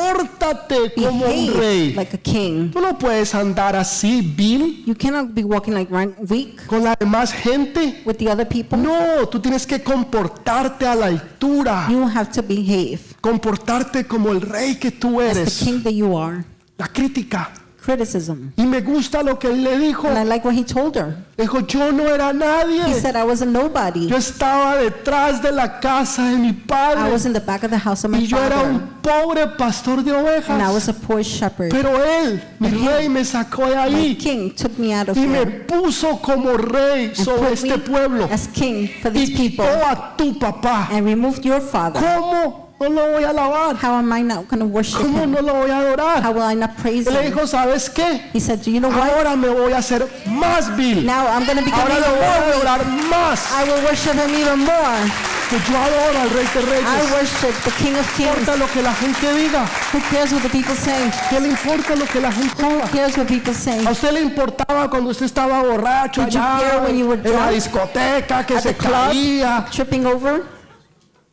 A: Compórtate como un
B: Behave
A: rey.
B: like a king.
A: Tú no puedes andar así, vil,
B: You cannot be walking like rank weak
A: con la demás gente.
B: with the other people.
A: No, tú tienes que comportarte a la altura.
B: You have to behave
A: Comportarte como el rey que tú
B: as the
A: eres.
B: king that you are.
A: La crítica.
B: Criticism.
A: Y me gusta lo que él le dijo.
B: And I like what he told her.
A: Le dijo, yo no era
B: He
A: nadie.
B: said, I was a nobody.
A: Yo estaba detrás de la casa de mi
B: I
A: padre.
B: was in the back of the house of my
A: Y yo era
B: father.
A: un pobre pastor de
B: And I
A: ovejas.
B: was a poor shepherd.
A: Pero él, mi rey, me sacó de
B: My
A: ahí.
B: king took me out of
A: Y me
B: here
A: puso como rey
B: and
A: sobre
B: put me
A: este pueblo.
B: as king for
A: Y
B: these
A: quitó
B: people
A: a tu papá.
B: and removed your father.
A: ¿Cómo no lo voy a alabar?
B: How am I not going to worship
A: ¿Cómo
B: him?
A: no lo voy a
B: How
A: adorar?
B: will I not praise
A: Él le
B: him?
A: dijo, ¿sabes qué?
B: He said, Do you know what?
A: Ahora me voy a hacer más vil.
B: Now I'm going to become
A: Ahora
B: even
A: lo voy a
B: more. weak.
A: adorar más.
B: I will worship him even more.
A: Que yo adoro al Rey de
B: I
A: Reyes.
B: worship the King of
A: No
B: Kings.
A: importa lo que la gente diga.
B: Who cares what the people say?
A: ¿Qué le importa lo que la gente diga?
B: Who cares what people
A: ¿A
B: say?
A: usted le importaba cuando usted estaba borracho
B: Did you care
A: allá
B: when you were
A: en la
B: drunk?
A: discoteca que
B: At the
A: se
B: club?
A: caía
B: Tripping over?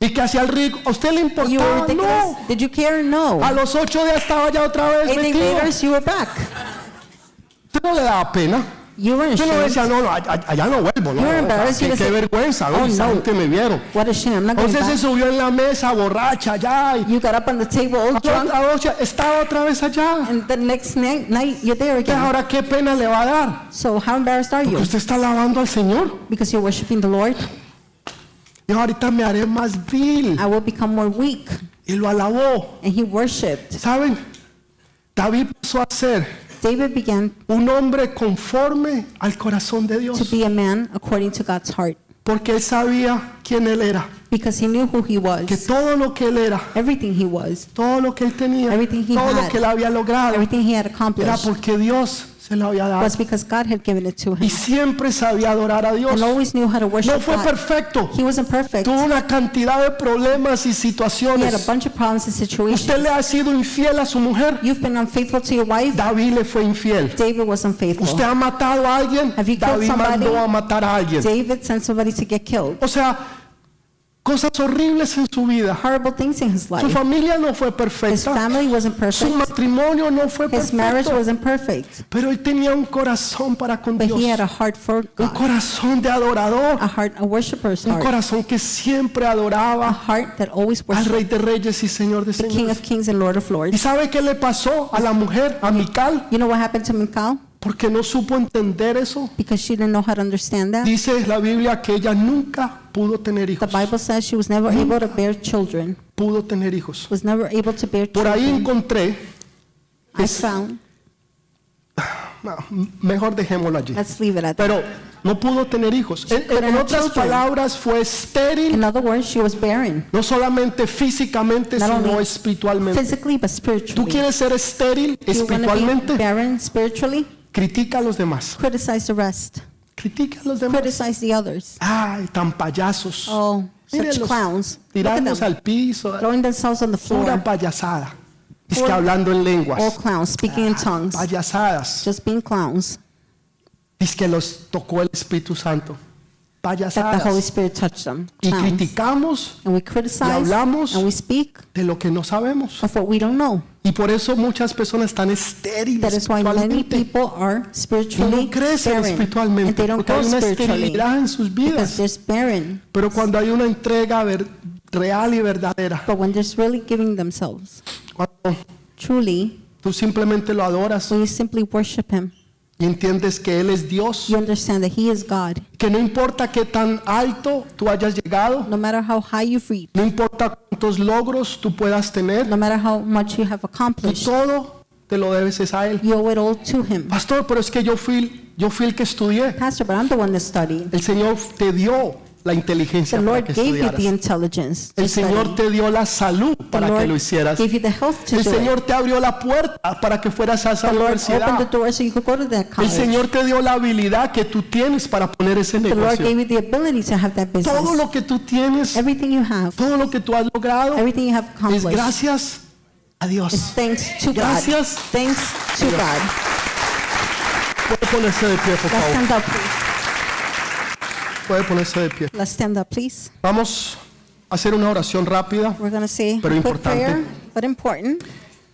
A: y que hacía el rico? ¿A usted le
B: You were
A: importaba?
B: ridiculous?
A: No.
B: Did you care?
A: A
B: No.
A: los ocho días estaba ya otra vez
B: Eight days
A: metido.
B: later, you were back.
A: Usted no le daba pena.
B: You were
A: Yo no
B: ashamed.
A: decía, no, no, allá allá no vuelvo. No,
B: You're
A: no,
B: embarrassed,
A: qué,
B: you
A: qué
B: just-
A: vergüenza,
B: Oh,
A: oh,
B: no.
A: que me vieron.
B: What a shame. I'm not going
A: Entonces se
B: back.
A: subió en la mesa borracha allá y
B: You got up on the table all drunk.
A: otra, otra- estaba otra vez allá.
B: And the next night, night you're there
A: Entonces,
B: again.
A: ahora qué pena le va a dar.
B: So how embarrassed are you?
A: Usted está alabando al Señor.
B: Because you're worshiping the Lord,
A: Y ahorita me haré más vil.
B: I will become more weak.
A: Y lo alabó.
B: And he worshipped.
A: ¿Saben? David pasó a ser
B: David began
A: un hombre conforme al corazón de
B: to
A: Dios.
B: be a man according to God's heart
A: Porque él sabía quién él era.
B: because he knew who he
A: Que
B: was,
A: todo lo que él era,
B: everything he was,
A: todo lo que él tenía,
B: Everything he
A: todo lo
B: had.
A: que él había logrado,
B: everything he had Pues,
A: era
B: accomplished
A: porque Dios se lo había dado.
B: was because God had given it to
A: Y
B: him
A: siempre sabía adorar a Dios.
B: and always knew how to
A: No
B: worship
A: fue
B: God.
A: perfecto.
B: He wasn't perfect.
A: Tuvo una cantidad de problemas y
B: He had a
A: situaciones.
B: bunch of problems and
A: Usted
B: situations.
A: le ha sido infiel a su mujer.
B: You've been unfaithful to your wife.
A: David le fue infiel.
B: David was unfaithful.
A: Usted ha matado a alguien.
B: Oh. Have you killed
A: David mandó
B: somebody?
A: a matar a alguien.
B: David sent somebody to get killed.
A: O sea, cosas horribles en su vida.
B: Horrible things in his
A: Su
B: life.
A: familia no fue
B: His
A: perfecta.
B: family wasn't
A: Su
B: perfect.
A: matrimonio no fue
B: His marriage
A: perfecto.
B: wasn't perfect.
A: Pero él tenía un corazón para con
B: But
A: Dios.
B: he had a heart for
A: Un
B: Pues, God,
A: corazón de adorador.
B: a heart, a worshiper's
A: Un
B: heart,
A: corazón que siempre
B: a
A: adoraba
B: heart that always
A: al
B: worships
A: Rey de Reyes y Señor de
B: Ah, pues the King
A: Señores.
B: of Kings and Lord of
A: ¿Y
B: Lords.
A: sabe qué le pasó a la mujer, a Mical?
B: You know what happened to Michal?
A: Porque no supo entender eso.
B: Because she didn't know how to understand that.
A: Dice la Biblia que ella nunca pudo tener
B: The
A: hijos.
B: Bible says she was never able to bear children,
A: Pudo tener hijos.
B: was never able to bear
A: Por ahí
B: children.
A: encontré,
B: I found,
A: no, mejor dejémoslo allí.
B: let's leave it at that.
A: Pero no pudo tener hijos. En, en
B: couldn't have
A: otras
B: children.
A: palabras, fue estéril,
B: In other words, she was barren,
A: no solamente físicamente,
B: Not
A: sino
B: only
A: espiritualmente.
B: physically but
A: ¿Tú
B: spiritually.
A: quieres ser estéril
B: You want to be
A: espiritualmente?
B: barren spiritually?
A: Critica a los demás.
B: Criticize the rest.
A: Critica a los demás.
B: Criticize the others.
A: Ay, tan payasos.
B: Oh, such
A: Mírenlos.
B: clowns. Look at
A: Tirarnos
B: them.
A: al piso.
B: Throwing themselves on the
A: Pura
B: floor.
A: payasada. Es que hablando en
B: All
A: lenguas,
B: clowns, speaking in tongues,
A: payasadas.
B: just being clowns,
A: Dice que los tocó el Espíritu Santo.
B: that the Holy
A: Payasadas.
B: Spirit touched them.
A: Y
B: Clowns.
A: criticamos
B: And we criticize
A: hablamos.
B: and we speak
A: de lo que no sabemos.
B: of what we don't know.
A: Y por eso muchas personas están
B: That
A: estériles
B: is why many
A: espiritualmente.
B: people are
A: Y no
B: spiritually
A: crecen
B: barren, and they
A: espiritualmente
B: don't
A: porque
B: grow
A: hay una
B: spiritually
A: esterilidad en sus
B: because
A: vidas.
B: there's barren.
A: Pero cuando hay una entrega ver- real y verdadera,
B: But when there's really giving themselves,
A: cuando
B: truly,
A: tú simplemente lo adoras
B: when you simply worship Him,
A: y entiendes que Él es Dios,
B: you understand that He is God.
A: que no importa qué tan alto tú hayas llegado,
B: No matter how high you've reached,
A: no importa cuántos logros tú puedas tener,
B: no matter how much you have
A: tú
B: accomplished,
A: todo te lo debes es a Él.
B: you owe it all to Him.
A: Pastor, pero es que yo fui, yo fui el que estudié.
B: Pastor, but I'm the one that studied.
A: El Señor te dio la inteligencia
B: The
A: para
B: Lord
A: que
B: gave you the
A: estudiaras.
B: intelligence to
A: El
B: study.
A: Señor te dio la salud
B: The
A: para que lo
B: Lord
A: hicieras.
B: gave you the health to
A: El
B: do it.
A: Señor te abrió la puerta para que fueras a esa
B: The Lord opened the
A: universidad.
B: door so you could go to that
A: El
B: college.
A: Señor te dio la habilidad que tú tienes para poner ese
B: The Lord
A: negocio.
B: gave you the ability to have that
A: Todo
B: business.
A: lo que tú tienes,
B: Everything you have,
A: todo lo que tú has logrado,
B: everything you have
A: es
B: accomplished,
A: gracias a
B: is
A: Dios.
B: thanks to God.
A: Gracias.
B: Thanks to
A: Gracias.
B: God.
A: Puede ponerse de pie, por
B: Let's
A: favor.
B: stand up, please.
A: Puede ponerse de pie.
B: Let's stand up, please.
A: Vamos a hacer una oración rápida
B: We're going to say a
A: Pero
B: quick
A: importante.
B: prayer, but important.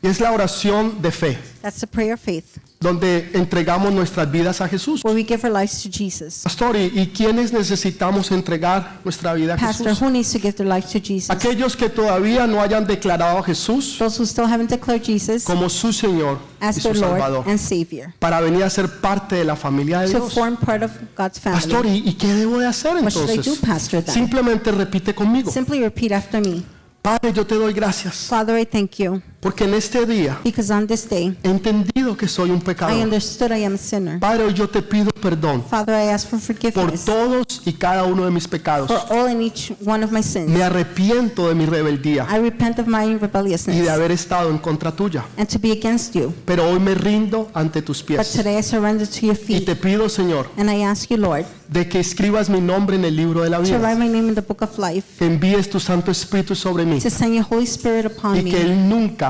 A: y es la oración de fe.
B: That's the prayer of faith,
A: donde entregamos nuestras vidas a Jesús.
B: where we give our lives to Jesus.
A: Pastor, ¿y, y quiénes necesitamos entregar nuestra vida a
B: Pastor,
A: Jesús?
B: who needs to give their life to Jesus?
A: Aquellos que todavía no hayan declarado a Jesús
B: Those who still haven't declared Jesus
A: como su Señor
B: as
A: y
B: their
A: su Salvador,
B: Lord and Savior,
A: para venir a ser parte de la familia de
B: to
A: Dios.
B: form part of God's
A: Pastor,
B: family.
A: ¿y, y qué debo de hacer
B: What should I do,
A: entonces?
B: Pastor, then?
A: Simplemente repite conmigo.
B: Simply repeat after me.
A: Padre, yo te doy gracias,
B: Father, I thank you
A: porque en este día
B: because on this day
A: he entendido que soy un
B: I
A: pecador.
B: understood I am a sinner.
A: Padre, hoy yo te pido perdón
B: Father, I ask for
A: por
B: forgiveness for
A: todos y cada uno de mis pecados.
B: all and each one of my
A: Me
B: sins.
A: arrepiento de mi rebeldía.
B: I repent of my
A: y de
B: rebelliousness
A: haber estado en contra tuya.
B: and to be against you.
A: Pero hoy me rindo ante tus
B: But
A: pies
B: today I surrender to your
A: y
B: feet
A: te pido, Señor,
B: and I ask you, Lord,
A: de que escribas mi nombre en el libro de la
B: to write
A: vida,
B: my name in the book of life,
A: que envíes tu Santo Espíritu sobre mí
B: to send your Holy Spirit upon
A: y que
B: me,
A: Él nunca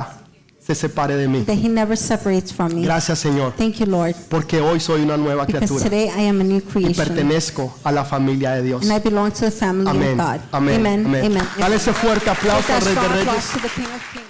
A: se separe de mí.
B: that He never separates from me.
A: Gracias, Señor,
B: Thank you, Lord,
A: porque hoy soy una nueva
B: because
A: criatura
B: today I am a new
A: y
B: creation
A: pertenezco a la familia de Dios.
B: and I belong to the family of
A: Amén,
B: God.
A: amén,
B: Amen.
A: amén.
B: Amen.
A: Dale ese fuerte aplauso
B: Let's
A: al Rey de
B: strong
A: Reyes.
B: applause to the King of Kings.